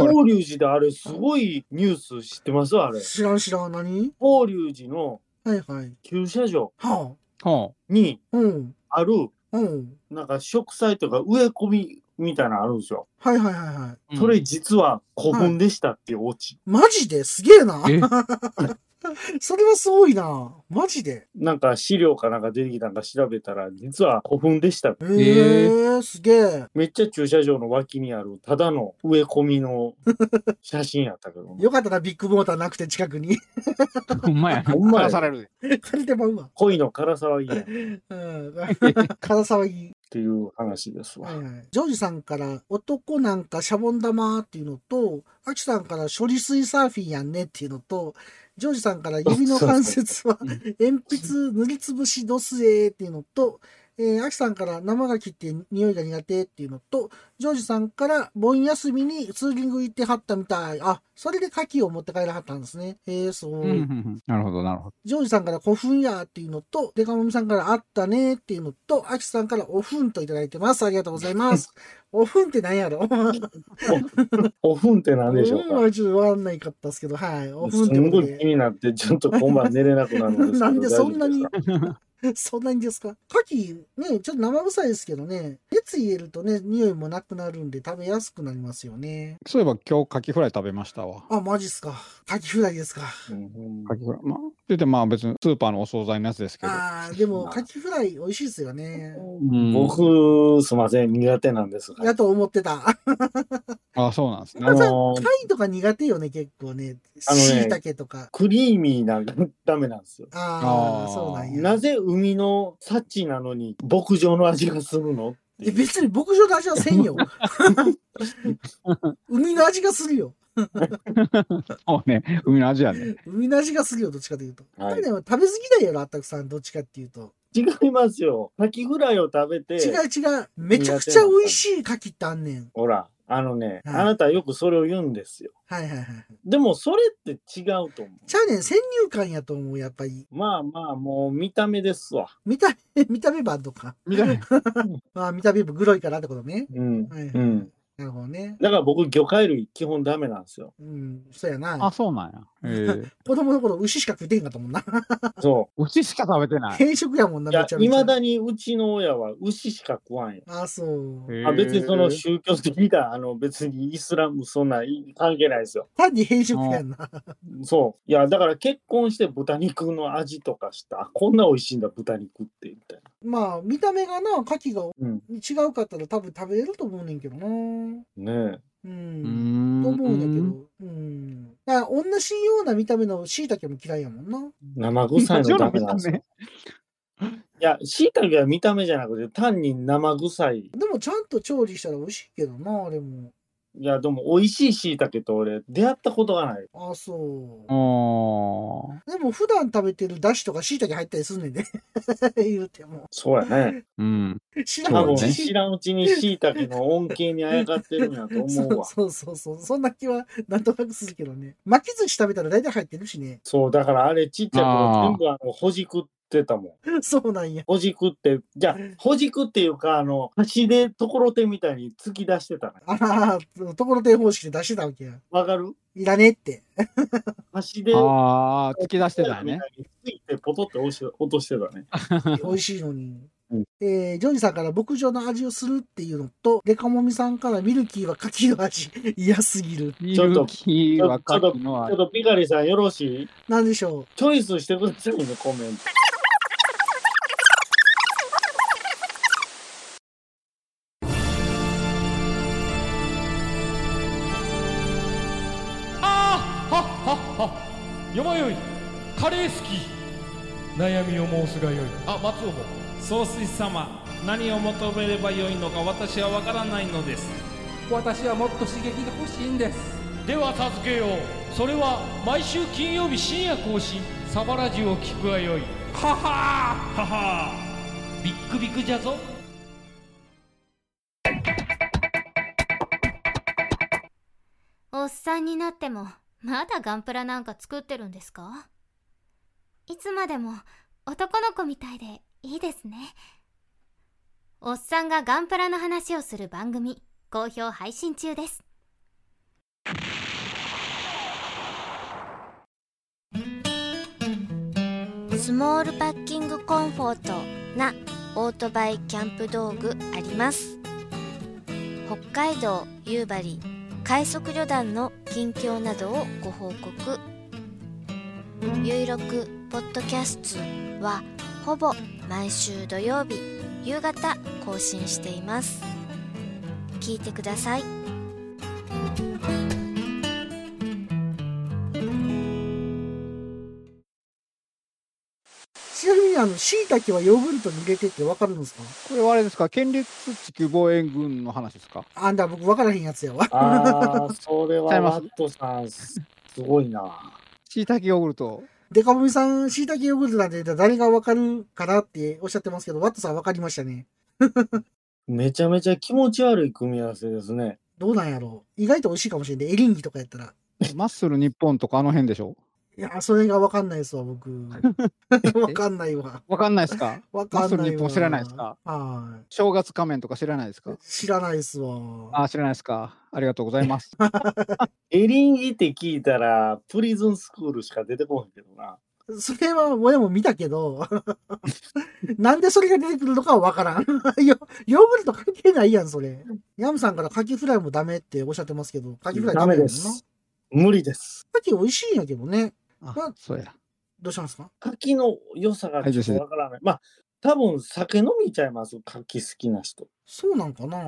S2: 寺であれ、すごいニュース知ってますあ
S1: う。
S2: れ。
S1: 知らん知らん。何
S2: 法隆寺の
S1: はいはい。
S2: 駐車場
S1: は
S3: ほ
S2: に
S1: あ。うん。
S2: ある、
S1: うん。
S2: なんか植栽とか植え込みみたいなのあるんですよ。
S1: はいはいはいはい。
S3: う
S2: それ実は古墳でしたっていうオチ。
S1: マジですげえな。
S3: え
S1: それはすごいな。マジで。
S2: なんか資料かなんか出てきたんか調べたら、実は古墳でした。
S1: え
S3: え
S1: ー、すげえ。
S2: めっちゃ駐車場の脇にある、ただの植え込み の写真やったけど、
S1: よかったな、ビッグモーターなくて近くに。
S3: ほんまや。
S2: ほんまや
S3: 枯らされる。
S1: 借りてまうわ。
S2: 恋の唐沢家っ
S1: うん。 金騒ぎ。
S2: ていう話ですわ
S1: は。いはい。ジョージさんから、男なんかシャボン玉っていうのと、アキさんから処理水サーフィンやんねっていうのと、ジョージさんから指の関節は
S3: うん
S1: 鉛筆塗りつぶしドスエーっていうのと、えー、アキさんから生ガキって匂いが苦手っていうのと、ジョージさんから盆休みにツーリング行ってはったみたい。あ、それで牡蠣を持って帰らはったんですね。えー、そう。
S3: うんうんうんなるほど、なるほど。
S1: ジョージさんから古墳やっていうのと、デカモミさんからあったねっていうのと、アキさんからおふんといただいてます。ありがとうございます。おふんって何やろ
S2: お墳って何でしょう
S1: おふん
S2: か
S1: はちょっとわかんないかったですけど、はい。おふんっ
S2: す
S1: て
S2: ん
S1: こ
S2: ご
S1: と
S2: い
S1: で。
S2: 気になって、ちょっと今晩寝れなくなるんですけど。
S1: なんでそんなに
S2: 大丈夫ですか
S1: そんなにですか牡蠣ね、ちょっと生臭いですけどね、熱入れるとね、匂いもなくなるんで食べやすくなりますよね。
S3: そういえば今日、カキフライ食べましたわ。
S1: あ、マジっすか。牡蠣フライですか。
S2: うん
S3: カキフライ。まあ、言ってまあ別にスーパーのお惣菜のやつですけど。
S1: あー、でも牡蠣フライ美味しいですよね。
S3: うん
S2: 僕、すいません、苦手なんですが
S1: や。と思ってた。
S3: あ、そうなんですね
S2: あ。のー
S1: 貝とか苦手よね、結構ね。
S2: あのね
S1: しいたけとか。
S2: クリーミーなのがダメなんですよ。
S1: ああ、
S3: あー
S1: そうなんや
S2: な。ぜ海の幸なのに牧場の味がするのって
S1: え
S2: いう
S1: 別に牧場の味はせん よ。海の味がするよ。
S3: そうね。海の味やね。
S1: 海の味がするよ、どっちかというと。
S2: はい
S1: ただね食べ過ぎだよな、あったくさん、どっちかっていうと。
S2: 違いますよ。カキフライを食べて、
S1: 違う違う。めちゃくちゃ美味しい牡蠣ってあんねん。
S2: ほら、あのね、
S1: はい
S2: あなたよくそれを言うんですよ。
S1: はいはいはい。
S2: でもそれって違うと思
S1: ちゃうねん、先入観やと思う、やっぱり。
S2: う。まあまあ、もう見た目ですわ。
S1: 見た目、 見た目バンドか。
S3: みたいな。
S1: まあ、見た目もグロいからってことね。
S2: うん。
S1: はいはい
S2: うん。
S1: なるほどね。
S2: だから僕、魚介類基本ダメなんですよ。
S1: うん、そうやな
S3: あ、。そうなんや。え ー、
S1: 子供の頃、牛しか食ってへんかったもんな。
S2: そう
S3: ちしか食 べてない。
S1: 定食やもんな、
S2: う。いや
S1: めちゃ、め
S2: い
S1: ち
S2: ま
S1: ゃ。
S2: だにうちの親は牛しか食わんよ。
S1: あ、そう。
S2: あ別にその
S3: へー
S2: 宗教的な、あの別にイスラムそんない関係ないですよ。
S1: 単に変色やんな。
S2: そう。いや、だから結婚して豚肉の味とかした。あこんな美味しいんだ、豚肉って、みたいな。
S1: まあ、見た目がな、牡蠣が
S2: うん。
S1: 違うかったら多分食べれると思うねんけどな。うん。
S2: ねえ。
S1: と
S3: うーん
S1: 思うんだけど。うん。だから、同じような見た目の椎茸も嫌いやもんな。
S2: 生臭いのダメなんですよ。
S3: ね。
S2: いや、椎茸は見た目じゃなくて、単に生臭い。
S1: でも、ちゃんと調理したら美味しいけどな、あれも。
S2: いや、でも美味しい椎茸と俺、出会ったことがない。
S1: あ、そ
S3: あー
S1: う。でも、普段食べてるだしとか椎茸入ったりすんねんで。 言うても。
S2: そうやね。
S3: うん。
S1: 知ら
S2: 多
S1: ん
S2: 分、
S1: うち
S3: そうね
S2: 知らんうちに椎茸の恩恵にあやかってるんやと思うわ。
S1: そうそうそうそう。そんな気はなんとなくするけどね。巻き寿司食べたら大体入ってるしね。
S2: そう、だからあれちっちゃい頃
S3: あー
S2: 全部あの、ほじくってたもん。
S1: そうなんや。
S2: ほじくって、じゃあ、ほじくっていうか、あの、端でところてんみたいに突き出してたね。
S1: ああ、ところてん方式で出してたわけや。
S2: わかる
S1: いらねえ って。
S2: 端で、
S3: ああ、突き出してたんやね。。
S2: ついてポトって落し落としてたね。
S1: 美味しいのに
S2: うん。
S1: えージョージさんから牧場の味をするっていうのと、デカモミさんからミルキーは柿の味、嫌すぎる。
S3: ミ
S2: ちょっと
S3: ルキーはカキの
S2: ちょっ
S3: 味。
S2: とピカリさんよろしい
S1: なんでしょ
S2: チョイスしてくだ さいね、コメント。
S4: あーはっはっはよまよいカレー好き悩みを申すがよいあ松尾も
S5: 総帥様何を求めればよいのか私は分からないのです
S6: 私はもっと刺激が欲しいんです
S4: では助けようそれは毎週金曜日深夜更新サバラジュを聞くがよいははーははービックビックじゃぞ
S7: おっさんになってもまだガンプラなんか作ってるんですかいつまでも男の子みたいでいいですね。おっさんがガンプラの話をする番組、好評配信中です。
S8: スモールパッキングコンフォートなオートバイキャンプ道具あります北海道夕張快速旅団の近況などをご報告「ゆいろくポッドキャスト」はほぼ毎週土曜日夕方更新しています聞いてください
S1: ちなみに、あの、椎茸はヨーグルトに入れてってわかるんですか
S3: これはあれですか、県立地球防衛軍の話ですか
S1: あんだ、僕わからへんやつやわ。
S2: ああ、それ
S3: ちゃ
S2: はい
S3: ま
S2: ワ
S3: す
S2: ットさん、すすごいな。
S3: 椎茸ヨーグルト。
S1: デカボミさん、椎茸ヨーグルトなんて誰がわかるかなっておっしゃってますけど、ワットさんわかりましたね。
S2: めちゃめちゃ気持ち悪い組み合わせですね。
S1: どうなんやろう。意外と美味しいかもしれんで、エリンギとかやったら。
S3: マッスル日本とかあの辺でしょ
S1: いや、それがわかんないですわ、 僕。 わかんないわ。
S3: わかんないですか
S1: わかん
S3: マッ
S1: な
S3: ス
S1: い
S3: ル日
S1: わ。
S3: 本知らないですか
S1: は
S3: 正月仮面とか知らないですか
S1: い。知らないですわ。
S3: あー、知らないですかありがとうございます。
S2: エリンギって聞いたら、プリズンスクールしか出てこないけどな。
S1: それは俺も見たけど、 なんでそれが出てくるのかはわからん。 ヨヨーグルト関係ないやん、それ。ヤムさんからカキフライもダメっておっしゃってますけど、カキフライ
S2: ダメ
S1: やもん
S2: で
S1: な
S2: す。。無理です。
S1: カキ美味しいんやけどね。
S3: あ、そうや。
S1: どうしたんですか
S2: 柿の良さがちょっとわからない。まあ、多分酒飲みちゃいます。柿好きな人。
S1: そうなんかな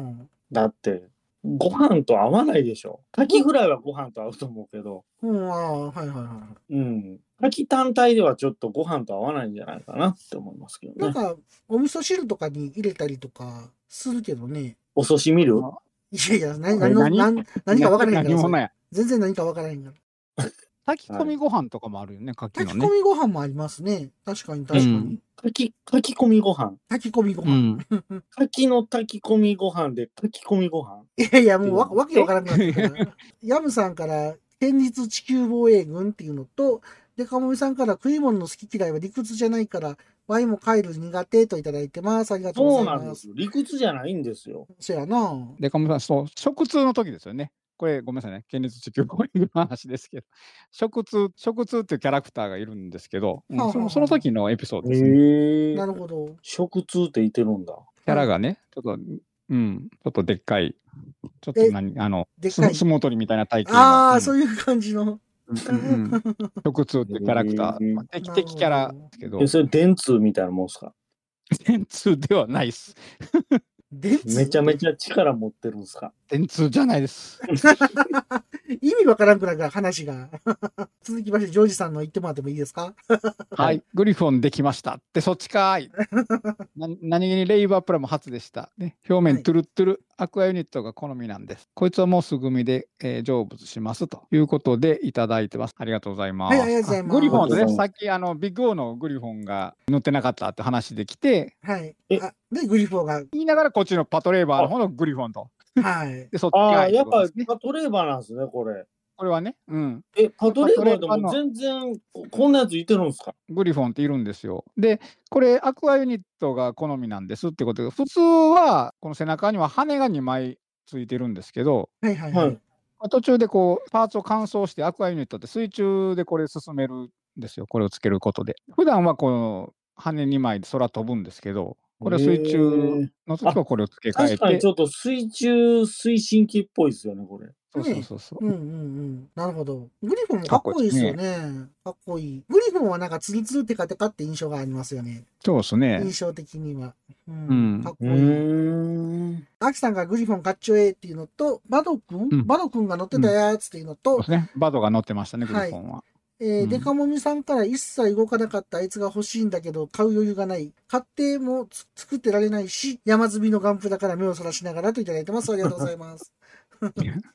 S2: だって、ご飯と合わないでしょ。柿ぐらいはご飯と合うと思うけど、
S1: うん、ああ、はいはいは
S2: うん。柿単体ではちょっとご飯と合わないんじゃないかなって思いますけ
S1: い。な
S2: ど
S1: ん
S2: ね。
S1: か、お味噌汁とかに入れたりとかするけどね。
S2: お寿司見る
S1: いやいや、何
S3: こ
S1: 何
S3: れ
S1: の
S3: 何
S1: 何何かわからへんか
S3: 何
S1: らそ
S3: 者
S1: れ。
S3: や。
S1: 全然何かわからへんから。
S3: 炊き込みご飯とかもあるよね、柿
S1: 炊
S3: の
S1: き
S3: ね
S1: 込。みご飯もありますね。確かに確かに。
S3: うん
S2: 柿、炊き込みご飯。
S1: 炊き込みご
S3: う
S1: 飯。
S3: ん。
S2: 柿の炊き込みご飯で炊き込みご飯
S1: いやいや、もうわ
S2: うん
S1: わけわからなくな ってるから。ヤムさんから、県立地球防衛軍っていうのと、で、かもみさんから食い物の好き嫌いは理屈じゃないから、ワイも帰る苦手といただいてます。ありがとう
S2: そ
S1: ご
S2: う
S1: ざ
S2: ないん
S1: ま。
S2: ですすよ。理屈じゃないんですよ。
S1: そやな。
S3: で、かさん、そう、食通の時ですよね。これ、ごめんなさいね。県立地球防衛軍の話ですけど、食通、食通っていうキャラクターがいるんですけど、うん
S1: はあはあ
S3: そのその時のエピソード
S2: へ
S3: ですね。
S2: え
S1: なるほど。
S2: 食通って言ってるんだ。
S3: キャラがね、ちょっと、うん、ちょっとでっかい、ちょっと
S1: え
S3: 何、あの、
S1: でっ
S3: 相
S1: かい。
S3: 撲取りみたいな体型の。
S1: ああ、
S3: うん
S1: そういう感じの。
S3: うんうんうん食通っていうキャラク タ
S2: へえ
S3: ー、まあ、敵的キャラですけど
S2: え、、それ電通みたいなもんすか
S3: 電通ではないです。
S1: 電通
S2: めちゃめちゃ力持ってるんすか
S3: 電通じゃないです。
S1: 意味わからんくらいから話が。 続きまして、ジョージさんの言ってもらってもいいですか
S3: はい、グリフォンできましたって、そっちか ーい。な何気にレイバープラも初でした。ね、表
S1: は
S3: 面
S1: い
S3: トゥルットゥル、アクアユニットが好みなんです。こいつはもうすぐみで、えー成仏しますということでいただいてます。ありがとうございま
S1: は
S3: す。
S1: いありがとうございます
S3: あグリフォン
S2: ありがとうござい
S3: と
S2: ま
S3: ね、
S2: す
S3: さっきあのビッグオーのグリフォンが乗ってなかったって話できて、
S1: はい。
S2: え
S1: あで、グリフォーが。
S3: 言いながらこっちのパトレーバーの方のグリフォンと。
S1: はい。
S3: で、そっち
S2: あ
S3: が
S2: あ、
S3: いい
S2: や
S3: っ
S2: って
S3: こと
S2: ぱ
S3: ですね
S2: パトレーバーなんですね、これ。
S3: これはね、うん、
S2: え、パトレーバーで
S3: パトレーバー
S2: も
S3: の
S2: 全然こんなやついてるんですか
S3: グリフォンっているんですよ。で、これ、アクアユニットが好みなんですってことで、普通はこの背中には羽が2枚ついてるんですけど、
S1: はいはいは
S2: はいい。
S3: まあ途中でこうパーツを乾燥してアクアユニットって水中でこれ進めるんですよこれをつけることで普段はこの羽2枚で空飛ぶんですけどこれは水中の時はこれを付け替え
S2: 確かに
S3: て
S2: ちょっと水中推進機っぽいですよね、これ。
S3: そうそうそうそう
S1: うんうんうん。なるほど。グリフォンもかっこいいですよね。かっこいい。グリフォンはなんかツルツルテカテカって印象がありますよね。
S3: そうですね
S1: 印象的には。うん。
S3: うん
S1: かっこ
S2: う
S1: いい。
S2: ーん。
S1: アキさんがグリフォンかっちょええっていうのと、バド君、
S3: うん
S1: バド君が乗ってたやつっていうのと、
S3: そうですねバドが乗ってましたねグリフォンは、
S1: えー
S3: うん
S1: デカモミさんから一切動かなかったあいつが欲しいんだけど、買う余裕がない。買ってもつ作ってられないし、山積みのガンプだから目をそらしながらといただいてます。ありがとうございます。
S3: あり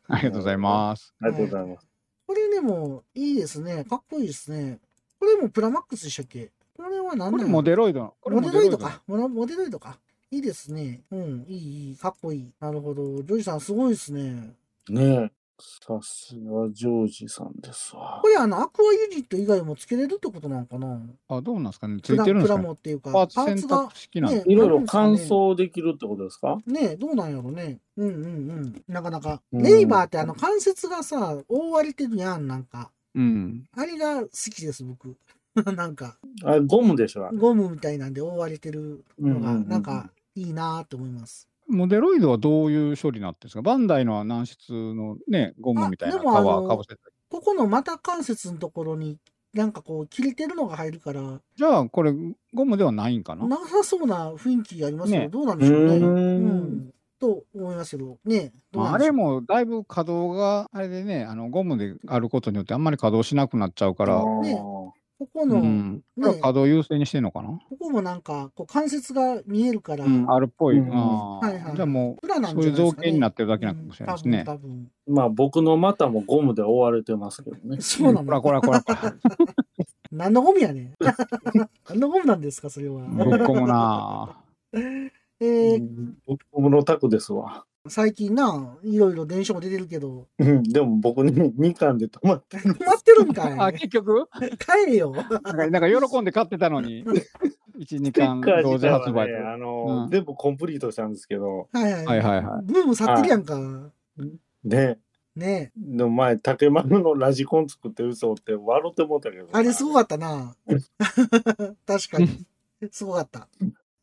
S3: がとうございます
S2: ありがとうございます。
S1: これでも、いいですね。かっこいいですね。これもプラマックスでしたっけこれは何
S3: こ
S1: な
S3: れ
S1: の
S3: モデロイドのこれ
S1: モデロイド
S3: の
S1: か。モラモデロイドか。いいですね。うん、いい、いい、かっこいい。なるほど。ジョージさん、すごいですね。
S2: ねえ。さすがジョージさんですわ
S1: こ。れあの、アクアユニット以外もつけれるってことなのかな
S3: あ、どうなんですかね。つ
S1: プ
S3: い
S1: ラ
S3: てるん
S1: プ
S3: です
S1: ラ
S3: かね。
S1: モっていうか、パ
S3: パーツ
S1: ーツ
S3: 選
S1: が
S3: 択式なんで
S1: ね
S3: す
S2: いろいろ乾
S1: ね
S2: 燥できるってことですか
S1: ねえ、どうなんやろね。うんうんうん。なかなか。
S2: うん
S1: レイバーってあの関節がさ、覆われてるやん、なんか。
S3: うん。
S1: あれが好きです、僕。 なんか、
S2: あゴムでしょあれ
S1: ゴムみたいなんで覆われてるの
S2: うん
S1: が、
S2: うんうん
S1: なんか、いいなぁと思います。
S3: モデロイドはどういう処理になってるんですかバンダイのは軟質のね、ゴムみたいな
S1: あ
S3: 皮
S1: でもあ
S3: か
S1: の
S3: ぶせたり。
S1: ここの股関節のところに、なんかこう、切れてるのが入るから、
S3: じゃあ、これ、ゴムではないんかな
S1: なさそうな雰囲気がありますけど、
S3: ね
S1: どうなんでしょうね。
S2: うー
S1: うんん。と思いますけど、ねどう
S3: まあ、
S1: な
S3: あ
S1: んでし
S3: れ
S1: ょう
S3: もだいぶ稼働が、あれでね、あのゴムであることによって、あんまり稼働しなくなっちゃうから、
S1: ねここ
S3: う
S1: の、
S3: ん、これは稼働優先にしてんのかな、
S1: ここもなんか、こう、関節が見えるから、
S3: うん、あるっぽい。
S2: うん
S3: あー
S1: はいはい
S3: じゃあも
S1: プラ
S3: う、
S1: なん
S3: そ
S1: じゃ
S3: うい
S1: ないで
S3: う
S1: す
S3: 造
S1: か、ね。
S3: 形になってるだけなのかもしれないですね。
S1: うん多分
S2: まあ僕の股もゴムで覆われてますけど
S1: 多
S2: ね
S1: 分。そうな
S3: こら
S1: の。
S3: こらこらこ ら。
S1: 何のゴミや ねん。何のゴミなんですか、それは。
S3: ぶっこむな
S1: え
S2: う
S1: ー
S2: ん僕のタクですわ。
S1: 最近な、いろいろ電車も出てるけど、
S2: うん、でも僕ね、2巻で止まってる。
S1: 止まってるん
S3: ぁ
S1: か
S3: あ、
S1: い。
S3: 結局
S1: 帰れよ。
S3: なんかなんか喜んで買ってたのに、1、
S2: ス
S3: 2巻
S2: テッカー
S3: 同
S2: 自
S3: 時
S2: 体
S3: 発売
S2: はね、あの、
S3: うん
S2: 全部コンプリートしたんですけど、
S1: はいはい。
S3: はいはいは
S1: ブーム去ってるやんか。
S2: で、
S1: ね
S2: でも前、竹丸のラジコン作ってる人おって笑って思ったけど。
S1: あれすごかった な。確かに。すごかった。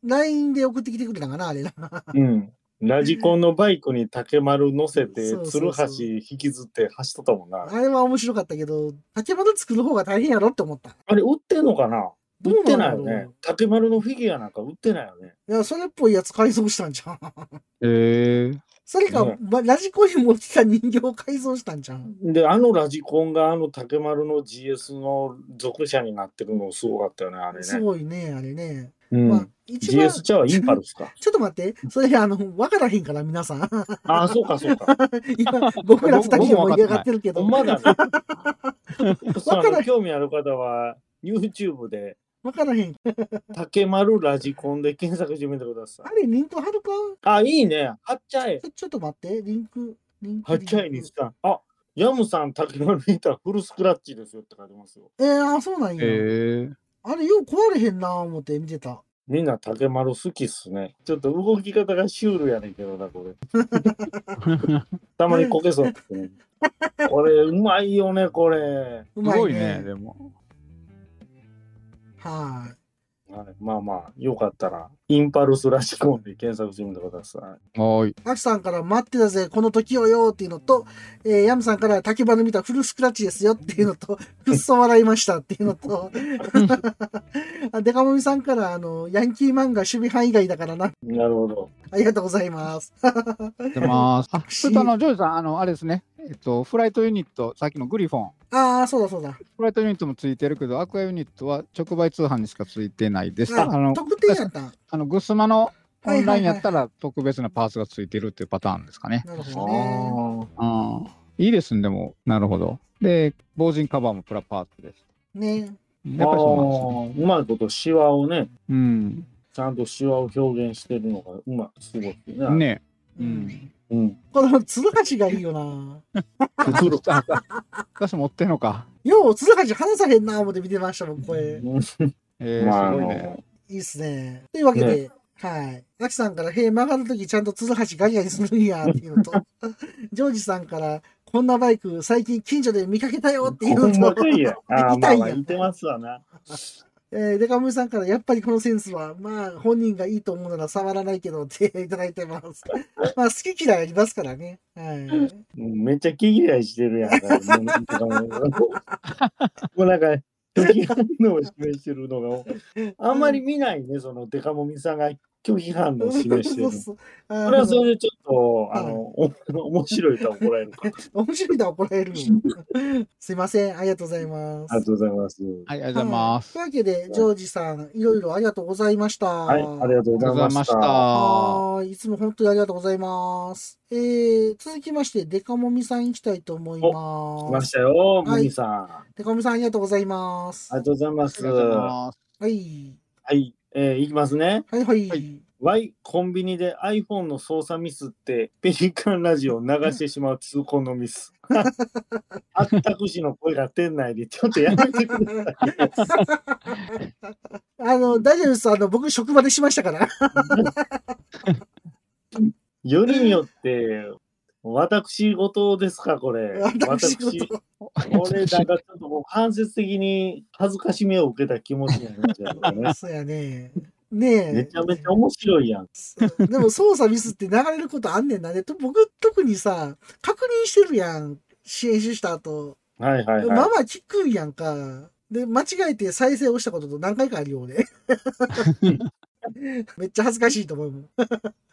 S1: LINE で送ってきてくれたかな、あれな。
S2: うん。ラジコンのバイクに竹丸乗せて、
S1: そうそ
S2: 鶴
S1: うそう
S2: 橋引きずって走っとったもんな。
S1: あれは面白かったけど、竹丸作る方が大変やろって思った。
S2: あれ売ってんのかな
S1: ど
S2: 売っ
S1: う
S2: て
S1: な
S2: ない
S1: ん
S2: よ
S1: だろ
S2: ね
S1: う。
S2: 竹丸のフィギュアなんか売ってないよね。
S1: いや、それっぽいやつ改造したんじゃん。
S3: い。へえ
S1: それか、
S2: ね
S1: まラジコンに持ってた人形を改造したんじゃん。
S2: で、あのラジコンがあの竹丸の GS の属者になってるのすごかったよね、あれ
S1: す
S2: ね。
S1: ごいね、あれね。
S2: うん
S1: まあ、一番、
S2: GS ちゃうわインパルスか。
S1: ちょっと待って、それ、あの、わからへんから、皆さん。
S2: ああ、そうか、そ うか。
S1: 今、僕ら二人が盛り上がってるけ
S2: ほ
S1: ど、
S2: ん
S1: わ
S2: まだ ね。そうあ
S1: わか
S2: の
S1: ら
S2: 興味ある方は、YouTube で、
S1: からへん。
S2: 竹丸ラジコンで検索してみてくださ
S1: あ
S2: い。
S1: れ、リンク貼るか
S2: あ、いいね。はっちゃえ。
S1: ちょちょっと待って、リンク、リンク。
S2: はっちゃえ
S1: リン
S2: に
S1: ク
S2: した。あ、ヤムさん、竹丸にいたらフルスクラッチですよって書いてますよ。
S1: えー、あ、そうなん
S3: ー。
S1: や。
S3: へえ
S1: あれ、よう壊れへんな、思って見てた。
S2: みんな竹丸好きっすね。ちょっと動き方がシュールやねんけどな、これ。 たまにこけそうですね。これ、うまいよね、これ。
S1: う
S3: す
S1: ま
S3: ご
S1: い
S3: い
S1: ね。
S3: ね、でも。
S1: は
S2: はい、まあまあ、よかったら、インパルスラジコンで検索してみてください。
S3: はーい。
S1: い。アキさんから待ってたぜ、この時をよっていうのと、えー、ヤムさんから竹馬の見たフルスクラッチですよっていうのと、くっそ笑いましたっていうのと、 あデカモミさんから、あの、ヤンキー漫画守備範囲外だからな。
S2: なるほど。
S1: ありがとうございます。
S3: やってます。あ、
S1: し
S3: それとあの、ジョージさん、あの、あれですね。えっと、フライトユニット、さっきのグリフォン。
S1: ああ、そうだそうだ。
S3: フライトユニットもついてるけど、アクアユニットは直売通販にしかついてないです。あの、
S1: 特典やった。
S3: あのグスマのオンラインやった
S1: ら。
S3: ら特別なパーツがついてるっていうパターンですかね。
S1: なる
S2: あ
S1: ほどね。
S2: ー
S3: うんいいですね、でも。なるほど。で、防塵カバーもプラパーツです。
S1: ね
S3: やっぱりそうなんです
S2: あ
S3: ね。
S2: ー、うまいこと、シワをね、
S3: うん。
S2: ちゃんとシワを表現してるのがうまい、すごいな。
S3: ね
S1: う
S3: うんん。
S2: うん。
S1: このツルハシがいいよな。
S3: 作る。あ私持ってんのか。
S1: よう、ツルハシ話さへんな思って見てましたもん、これ。
S3: えー、
S2: まあ、あ
S3: すごいね。
S2: の、
S1: いいっすね。というわけで、はい。アキさんから、へえ、曲がるときちゃんとツルハシガリガリするんや、っていうのと、 ジョージさんから、こんなバイク、最近近所で見かけたよってい
S2: ほん
S1: う
S2: ま
S1: の
S2: か
S1: と、
S2: いや。あーま
S1: 痛
S2: あ
S1: い
S2: まあ、
S1: やん
S2: 似てますわな。
S1: えー、デカムイさんから、やっぱりこのセンスは、まあ、本人がいいと思うなら触らないけど、っていただいて ます。まあ、好き嫌いありますからね。はい。
S2: うんめっちゃ毛嫌いしてるやんか。もうもうなんか、拒否反応を示してるのが、あんまり見ないね、そのデカモミさんが拒否反応を示して
S1: そ
S2: る
S1: う。そう
S2: それはそ
S1: あの
S2: れでちょっと、あの、お面白いとは怒られるから。
S1: 面白いな、怒られる よ。すいません、ありがとうございます。
S2: ありがとうございます。
S3: はい、ありがとうございます。
S1: はいというわけで、ジョージさん、いろいろありがとうございました。は
S2: はい、ありがとう
S3: ありがと
S2: ご
S3: うご
S2: ざ
S3: ざ
S2: い
S3: い
S2: ま
S3: ま
S2: し。
S3: したた。
S1: はいいつも本当にありがとうございます。えー、続きまして、デカモミさん行きたいと思い
S2: 来ま
S1: ま
S2: し
S1: す。
S2: たよ、
S1: はい
S2: ムギさん。あ
S1: デカモミさんありがとうございます。
S2: りがとうございま
S3: あり
S2: す。
S3: がとうござい
S2: は
S3: ます。
S1: はい。
S2: い、えーいきますね。
S1: はいはい。
S3: は
S1: はい。
S2: Y コンビニで iPhone の操作ミスってペリカンラジオを流してしまう痛恨の ミス。あったくしの声が店内でちょっとやめてください。
S1: あの、大丈夫です。あの、僕、職場でしましたから。
S2: よりによって、私事ですか、これ。
S1: 私事。。
S2: これ、なんかちょっともう間接的に恥ずかしめを受けた気持ちになっちゃうよ ね
S1: そうやね。
S2: め
S1: ね
S2: ちゃめちゃ面白いやん。
S1: え。でも操作ミスって流れることあんねんな。で、と僕、特にさ、確認してるやん。編集した後。
S2: はいはい
S1: まあ
S2: は
S1: まあ聞くんやんか。で、間違えて再生をしたことと何回かあるよ、 俺。めっちゃ恥ずかしいと思うもん。
S2: い。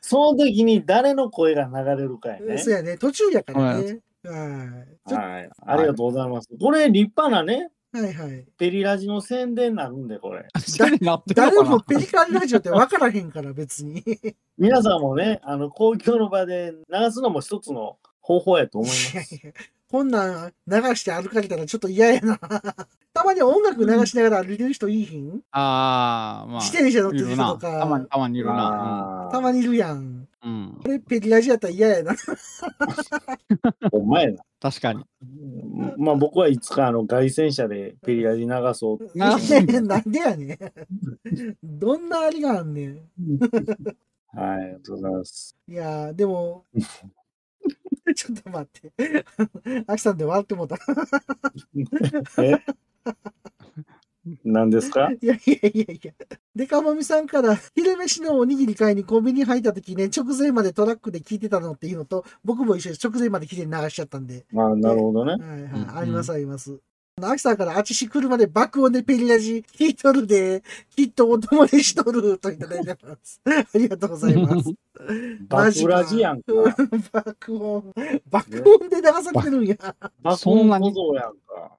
S2: その時に誰の声が流れるかやね
S1: そう。やね。途中やからね。はい。ちょ
S2: はい。ありがとうございます。これ、立派なね、
S1: はいはい。
S2: ペリラジの宣伝になるんで、これ。
S3: 誰になってるの
S1: 誰
S3: かな
S1: もペリカンラジオって分からへんから、別に。
S2: 皆さんもね、あの、公共の場で流すのも一つの方法やと思いま
S1: いや
S2: す。
S1: いやこんなん流して歩かれたらちょっと嫌やな。たまに音楽流しながら歩いてる人いいひん、
S3: ああ、まあ。
S1: 自転車乗って
S3: い
S1: る人
S3: る
S1: と
S3: な。たまに
S1: か、
S3: たまにいるな。
S2: あ
S1: たまにいるやん。
S3: うん。うん
S1: これペリラジやったら嫌やな。
S2: あ、お前ら。
S3: 確かに。
S2: まあ僕はいつかあの凱旋車でペリラジ流そう
S3: な
S1: なんでやねん。どんなありがあんねん。
S2: はい、ありがとうございます。
S1: いやー、でも、 ちょっと待って。 アキさんで笑ってもうた。
S2: え何ですか
S1: いやいやいやいや。デカモミさんから、昼飯のおにぎり買いにコンビニ入った時ね、直前までトラックで聞いてたのっていうのと、僕も一緒です直前まで聞いて流しちゃったんで。
S2: まあなるほどね。
S1: はい
S3: うんうん
S1: はい。ありますあります。あのアキさんから、あちし車で爆音でペリラジ聞いとるで、きっとお友達しとるといただいてます。 ありがとうござい ます。
S2: バクラジやんか。
S1: 爆音。爆音で流されてるんや。
S2: バク
S3: そんなに
S2: 小僧やんか。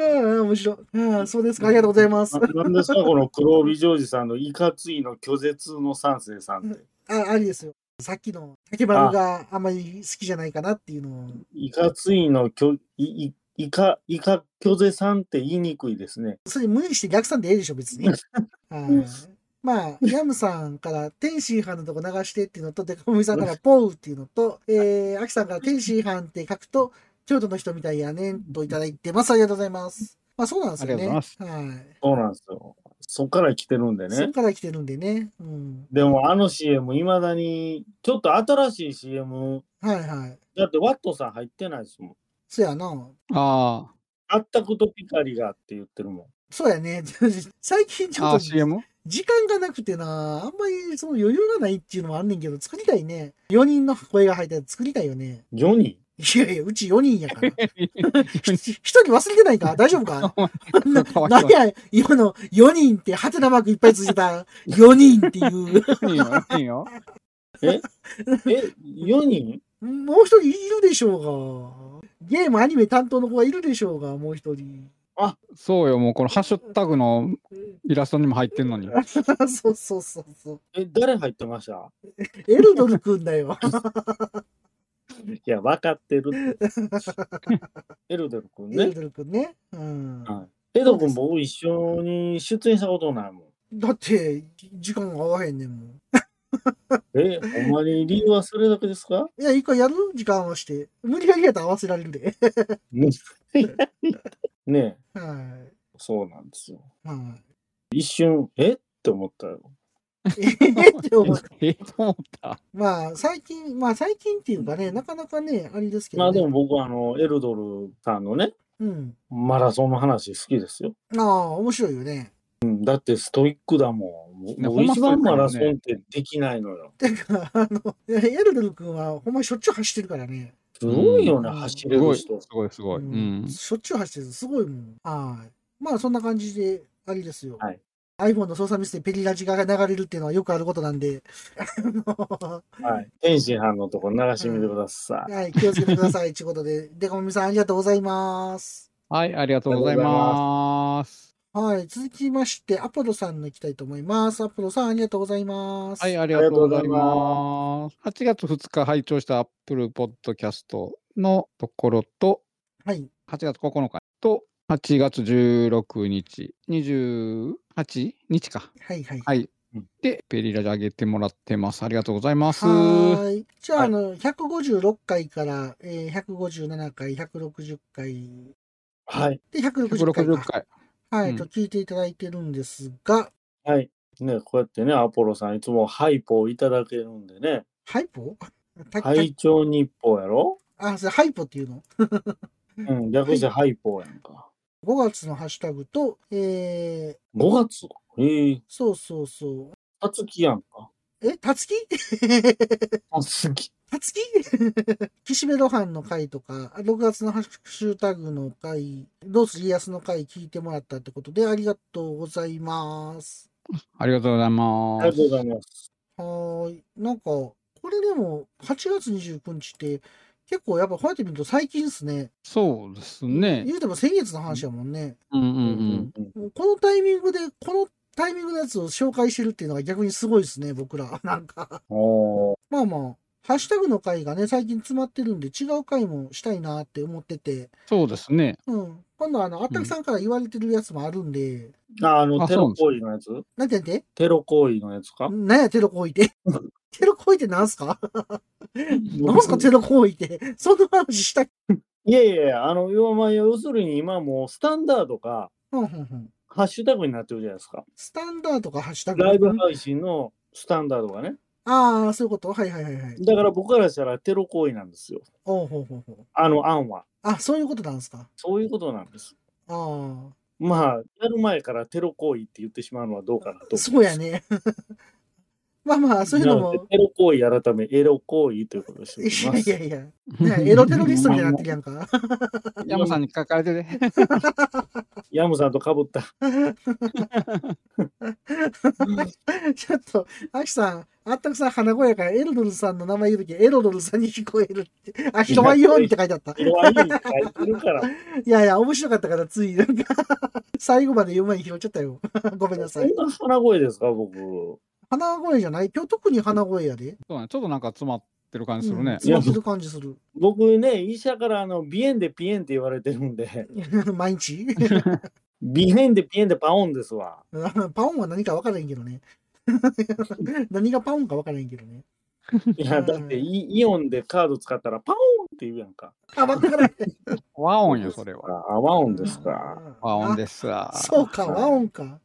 S1: うん、面白い。うん、そうですか。ありがとうございます。
S2: ななんですかこの黒帯ジョージさんのいかついの拒絶の三世さんって。
S1: あ、ありですよ。さっきの竹丸があんまり好きじゃないかなっていうのを。
S2: いかついの拒いいいか、いか拒絶さんって言いにくいですね。
S1: それ無理して逆算でええでしょ、別に。はい。まあ、ヤムさんから天津飯のとこ流してっていうのと、デカモミさんからポウっていうの と、えー、アキさんから天津飯って書くと、京都の人みたいやねんといただいてます。ありがとうございます。まあそうなんですよね。
S3: ありがとうご
S1: はい。
S2: そうなんですよ。そっから来てるんで
S1: そっ
S2: ね。
S1: から来てるんでね。うん。
S2: でもあの CM いまだに、ちょっと新しい CM、
S1: はいはい。
S2: だってワットさん入ってないですもん。
S1: そやな。
S3: あ
S2: あったくとピカリがって言ってるもん。
S1: そうやね。 最近ちょ
S3: あ。あ
S1: っ
S3: あ、
S1: と
S3: CM?
S1: 時間がなくてな、あんまりその余裕がないっていうのもあんねんけど、作りたいね。4人の声が入ったら作りたいよね。
S2: 4人
S1: いやいや、うち4人やから。一人忘れてないか大丈夫 かな
S3: かわい
S1: なん
S3: そう
S1: や、今の4人って、ハテナマークいっぱいついてた4人っていう。
S3: いいよ、いいよ。
S2: え、4人
S1: もう一人いるでしょうが。ゲーム、アニメ担当の子がいるでしょうが、もう一人。
S3: そうよ、もうこのハッシュタグのイラストにも入ってんのに。
S1: そうそうそうそう。
S2: え、誰入ってました
S1: エルドルくんだよ。
S2: いや、分かってるって。エルドル君
S1: エル
S2: ね。
S1: ドルくんね。うん。
S2: エド君僕一緒に出演したことないもん。
S1: だって、時間合わへんねんもん。
S2: え、ほんまに理由はそれだけですか
S1: いや、一回やる時間はして。無理やりやったら合わせられるで。
S2: ねねえ、
S1: は
S2: そうなんですよ。
S1: い。はい。
S2: 一瞬、えって思ったよ。
S1: ええって思う。
S3: ええと思った。
S1: まあ、最近、まあ、最近っていうかね、なかなかね、あれですけど、ね。
S2: まあでも僕はあの、エルドルさんのね、
S1: うん。
S2: マラソンの話好きですよ。
S1: ああ、面白いよね。
S2: うん、だってストイックだもん。
S3: ね
S2: 僕一番
S3: ほ
S2: マ
S3: んま
S2: ラ
S3: ス
S2: ソ
S3: トイックだもんね
S2: ンってできないのよ。
S1: てか、あの、エルドル君は、ほんまにしょっちゅう走ってるからね。
S2: すごいよね、
S1: うん
S2: 走
S3: す
S2: れ
S3: ご
S2: る
S3: い、す
S2: 人。
S3: ごい、すごい。うん。
S1: しょっちゅう走ってる。すごいもん。はい。まあ、そんな感じで、あれですよ。
S2: はい。
S1: iPhone の操作ミスでペリラジが流れるっていうのはよくあることなんで、あの
S2: はい。天津飯のとこ流してみてください。
S1: はい、気をつけてください。ということで、デカモミさんありがとうございます。
S3: はい、ありがとうございます。
S1: はい、続きまして、アポロさんの行きたいと思います。アポロさん、ありがとうございます。
S3: はい、
S1: はい、
S3: ありがとうございます。8月2日拝聴した Apple Podcast のところと、
S1: はい、
S3: 8月9日と、8月16日、28日か。
S1: はい。
S3: はい、で、ペリラで上げてもらってます。ありがとうございます。
S1: は
S3: は
S1: ーい。じゃあ、
S3: はい
S1: あの、156回から、えー、157回、160回、
S2: はい。
S1: で、160回
S3: 160
S1: か。
S3: 回。
S1: はい、
S3: うん
S1: と聞いていただいてるんですが、
S2: はい。ね、こうやってね、アポロさん、いつもハイポをいただけるんでね。
S1: ハイ ポたた
S2: 拝聴日報やろ
S1: あ、それハイポっていうの
S2: うん、略してハイポやんか。
S1: ?5 月のハッシュタグと、えー、
S2: 5月ええー、
S1: そうそうそう。
S2: たつきやんか。
S1: え、たつき
S2: あ、すき。
S1: たつき 岸辺露伴の回とか、6月のハッシュタグの回、どうする家康の回聞いてもらったってことで、ありがとうございます。
S3: ありがとうござい
S2: あ
S3: ま
S2: りが
S3: す。
S2: とうございます。
S1: はーい。なんか、これでも、8月29日って、結構やっぱこうやって見ると最近っすね。
S3: そうですね。
S1: 言うても先月の話やもんね。
S3: うんうん
S2: う
S3: うん。
S2: うん。
S1: もうこのタイミングで、このタイミングのやつを紹介してるっていうのが逆にすごいですね、僕ら。 なんか。
S2: おー
S1: まあまあ、ハッシュタグの回がね、最近詰まってるんで、違う回もしたいなって思ってて。
S3: そうですね。
S1: うん。今度、あの、あったきさんから言われてるやつもあるんで、
S2: ああの、
S3: あ
S2: テロ行為のやつ
S1: なんてなんて
S2: テロ行為のやつか
S1: なんや、テロ行為って。テロ行為ってなんすかなんすか、テロ行為って。そんな話したっけ
S2: いやいやいや、あの、要はまあ要するに今もうスタンダードが
S1: うんうんうん。
S2: ハッシュタグになってるじゃないですか。
S1: スタンダードかハッシュタグ。
S2: ライブ配信のスタンダードがね。
S1: ああ、そういうことはいはいはいはい。
S2: だから僕からしたらテロ行為なんですよ。
S1: おうほうほうほう。
S2: あの案は。
S1: あ、そういうことなんですか。
S2: そういうことなんです。
S1: あ
S2: まあ、やる前からテロ行為って言ってしまうのはどうかなと。
S1: あ、そうやね。 まあまあ、そういうの
S2: なの
S1: も
S2: で。テロ行為改め、エロ行為ということをしてお
S1: い
S2: き
S1: や
S2: ま
S1: い
S2: す。
S1: やいや、ねエロテロリストみたいになってるやんか。
S3: 山さんに書かれてて。
S2: ヤムさんとかぶった。
S1: ちょっと、アキさん、あったくさん鼻声やから、エロドルさんの名前言うとき、エロドルさんに聞こえるって。あ、人はいようにって書いてあった。い
S2: 色合いに書いてるから。
S1: やいや、面白かったから、つい、なんか、 最後まで読む前に拾っちゃったよ。 ごめんな
S2: そ
S1: さい
S2: ん。な鼻声ですか、僕。
S1: 鼻声じゃない今日特に鼻声やで。
S3: そうだね。ちょっとなんか詰まってる感じするね。
S1: うん、そうする感じする。
S2: 僕ね、医者からあの、鼻炎でピエンって言われてるんで、
S1: 毎日
S2: 鼻炎でピエンでパオンですわ。
S1: パオンは何か分からへんけどね。 何がパオンか分からへんけどね。
S2: いや、だってイイオンでカード使ったらパオンって言うやんか。
S1: あ、分からへん。。
S3: 和音よ、それは。
S2: あ、ワオンですか。
S3: 和音ですすわ。
S1: そうか、
S2: はい
S1: 和音か。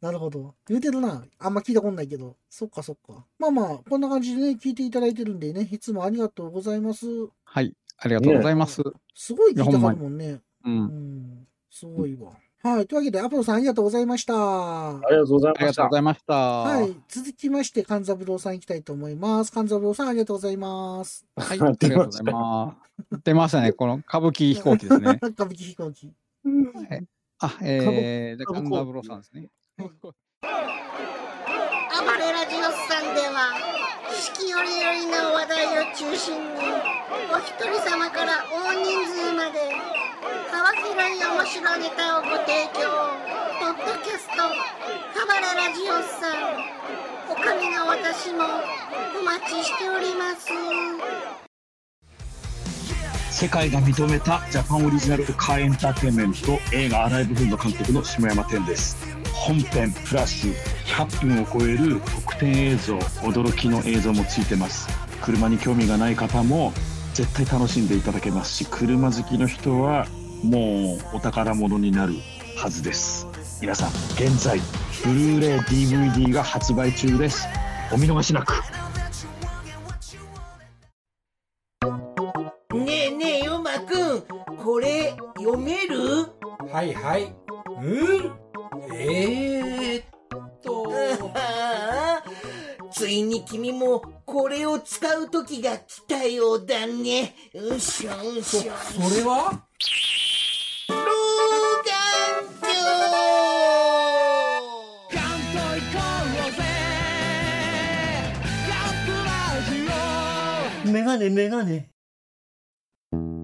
S1: なるほど。言うてるな。あんま聞いたことないけど。そっかそっか。まあまあ、こんな感じでね、聞いていただいてるんでね、いつもありがとうございます。
S3: はい。ありがとうございます。
S1: すごい聞いたかもんね。う
S3: う。
S1: んん。すごいわ。はい。というわけで、アポロさんありがとうございました。
S2: ありがとうござい
S3: あり
S2: ま
S3: が
S2: し
S3: とう
S2: た
S3: ご。ざいました。
S1: はい。続きまして、勘三郎さん行きたいと思います。勘三郎さん、ありがとうございます。。
S3: はい、
S2: 出ました
S3: ありがとうございます。出ましたね、この歌舞伎飛行機ですね
S1: 歌舞伎飛行機。
S3: あ、えー、じゃあ、
S2: 歌舞
S3: カン
S2: 伎
S3: ダブロさんですね。
S9: 暴れラジオスさんでは四季折々の話題を中心にお一人様から大人数まで幅広い面白ネタをご提供ポッドキャスト「ハバレラジオスさん」おかみの私もお待ちしております。
S10: 世界が認めたジャパンオリジナルカーエンターテインメント映画「アライブ・フード」監督の下山天です本編プラス100分を超える特典映像驚きの映像もついてます車に興味がない方も絶対楽しんでいただけますし車好きの人はもうお宝物になるはずです皆さん現在ブルーレイ DVD が発売中ですお見逃しなく
S9: ねえねえヨマくんこれ読める
S6: はいはい。うんえー、っと。
S9: ついに君もこれを使う時が来たようだね。うしょう
S6: そ、
S9: し
S6: そ
S9: ょ。
S6: れは
S9: 老眼鏡メガネメガネ。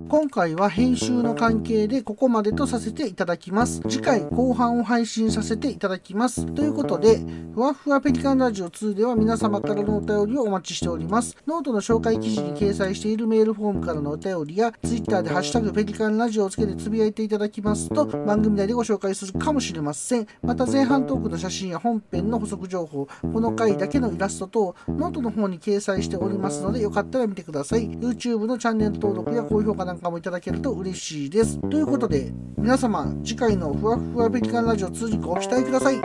S1: 今回は編集の関係でここまでとさせていただきます。次回後半を配信させていただきます。ということで、ふわふわペリカンラジオ2では皆様からのお便りをお待ちしております。ノートの紹介記事に掲載しているメールフォームからのお便りや、Twitter でハッシュタグペリカンラジオをつけてつぶやいていただきますと、番組内でご紹介するかもしれません。また前半トークの写真や本編の補足情報、この回だけのイラスト等、ノートの方に掲載しておりますので、よかったら見てください。YouTube のチャンネル登録や高評価なんかもいただけると嬉しいです。ということで、皆様、次回のふわふわペリカンラジオ2にご期待ください。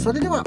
S1: それでは。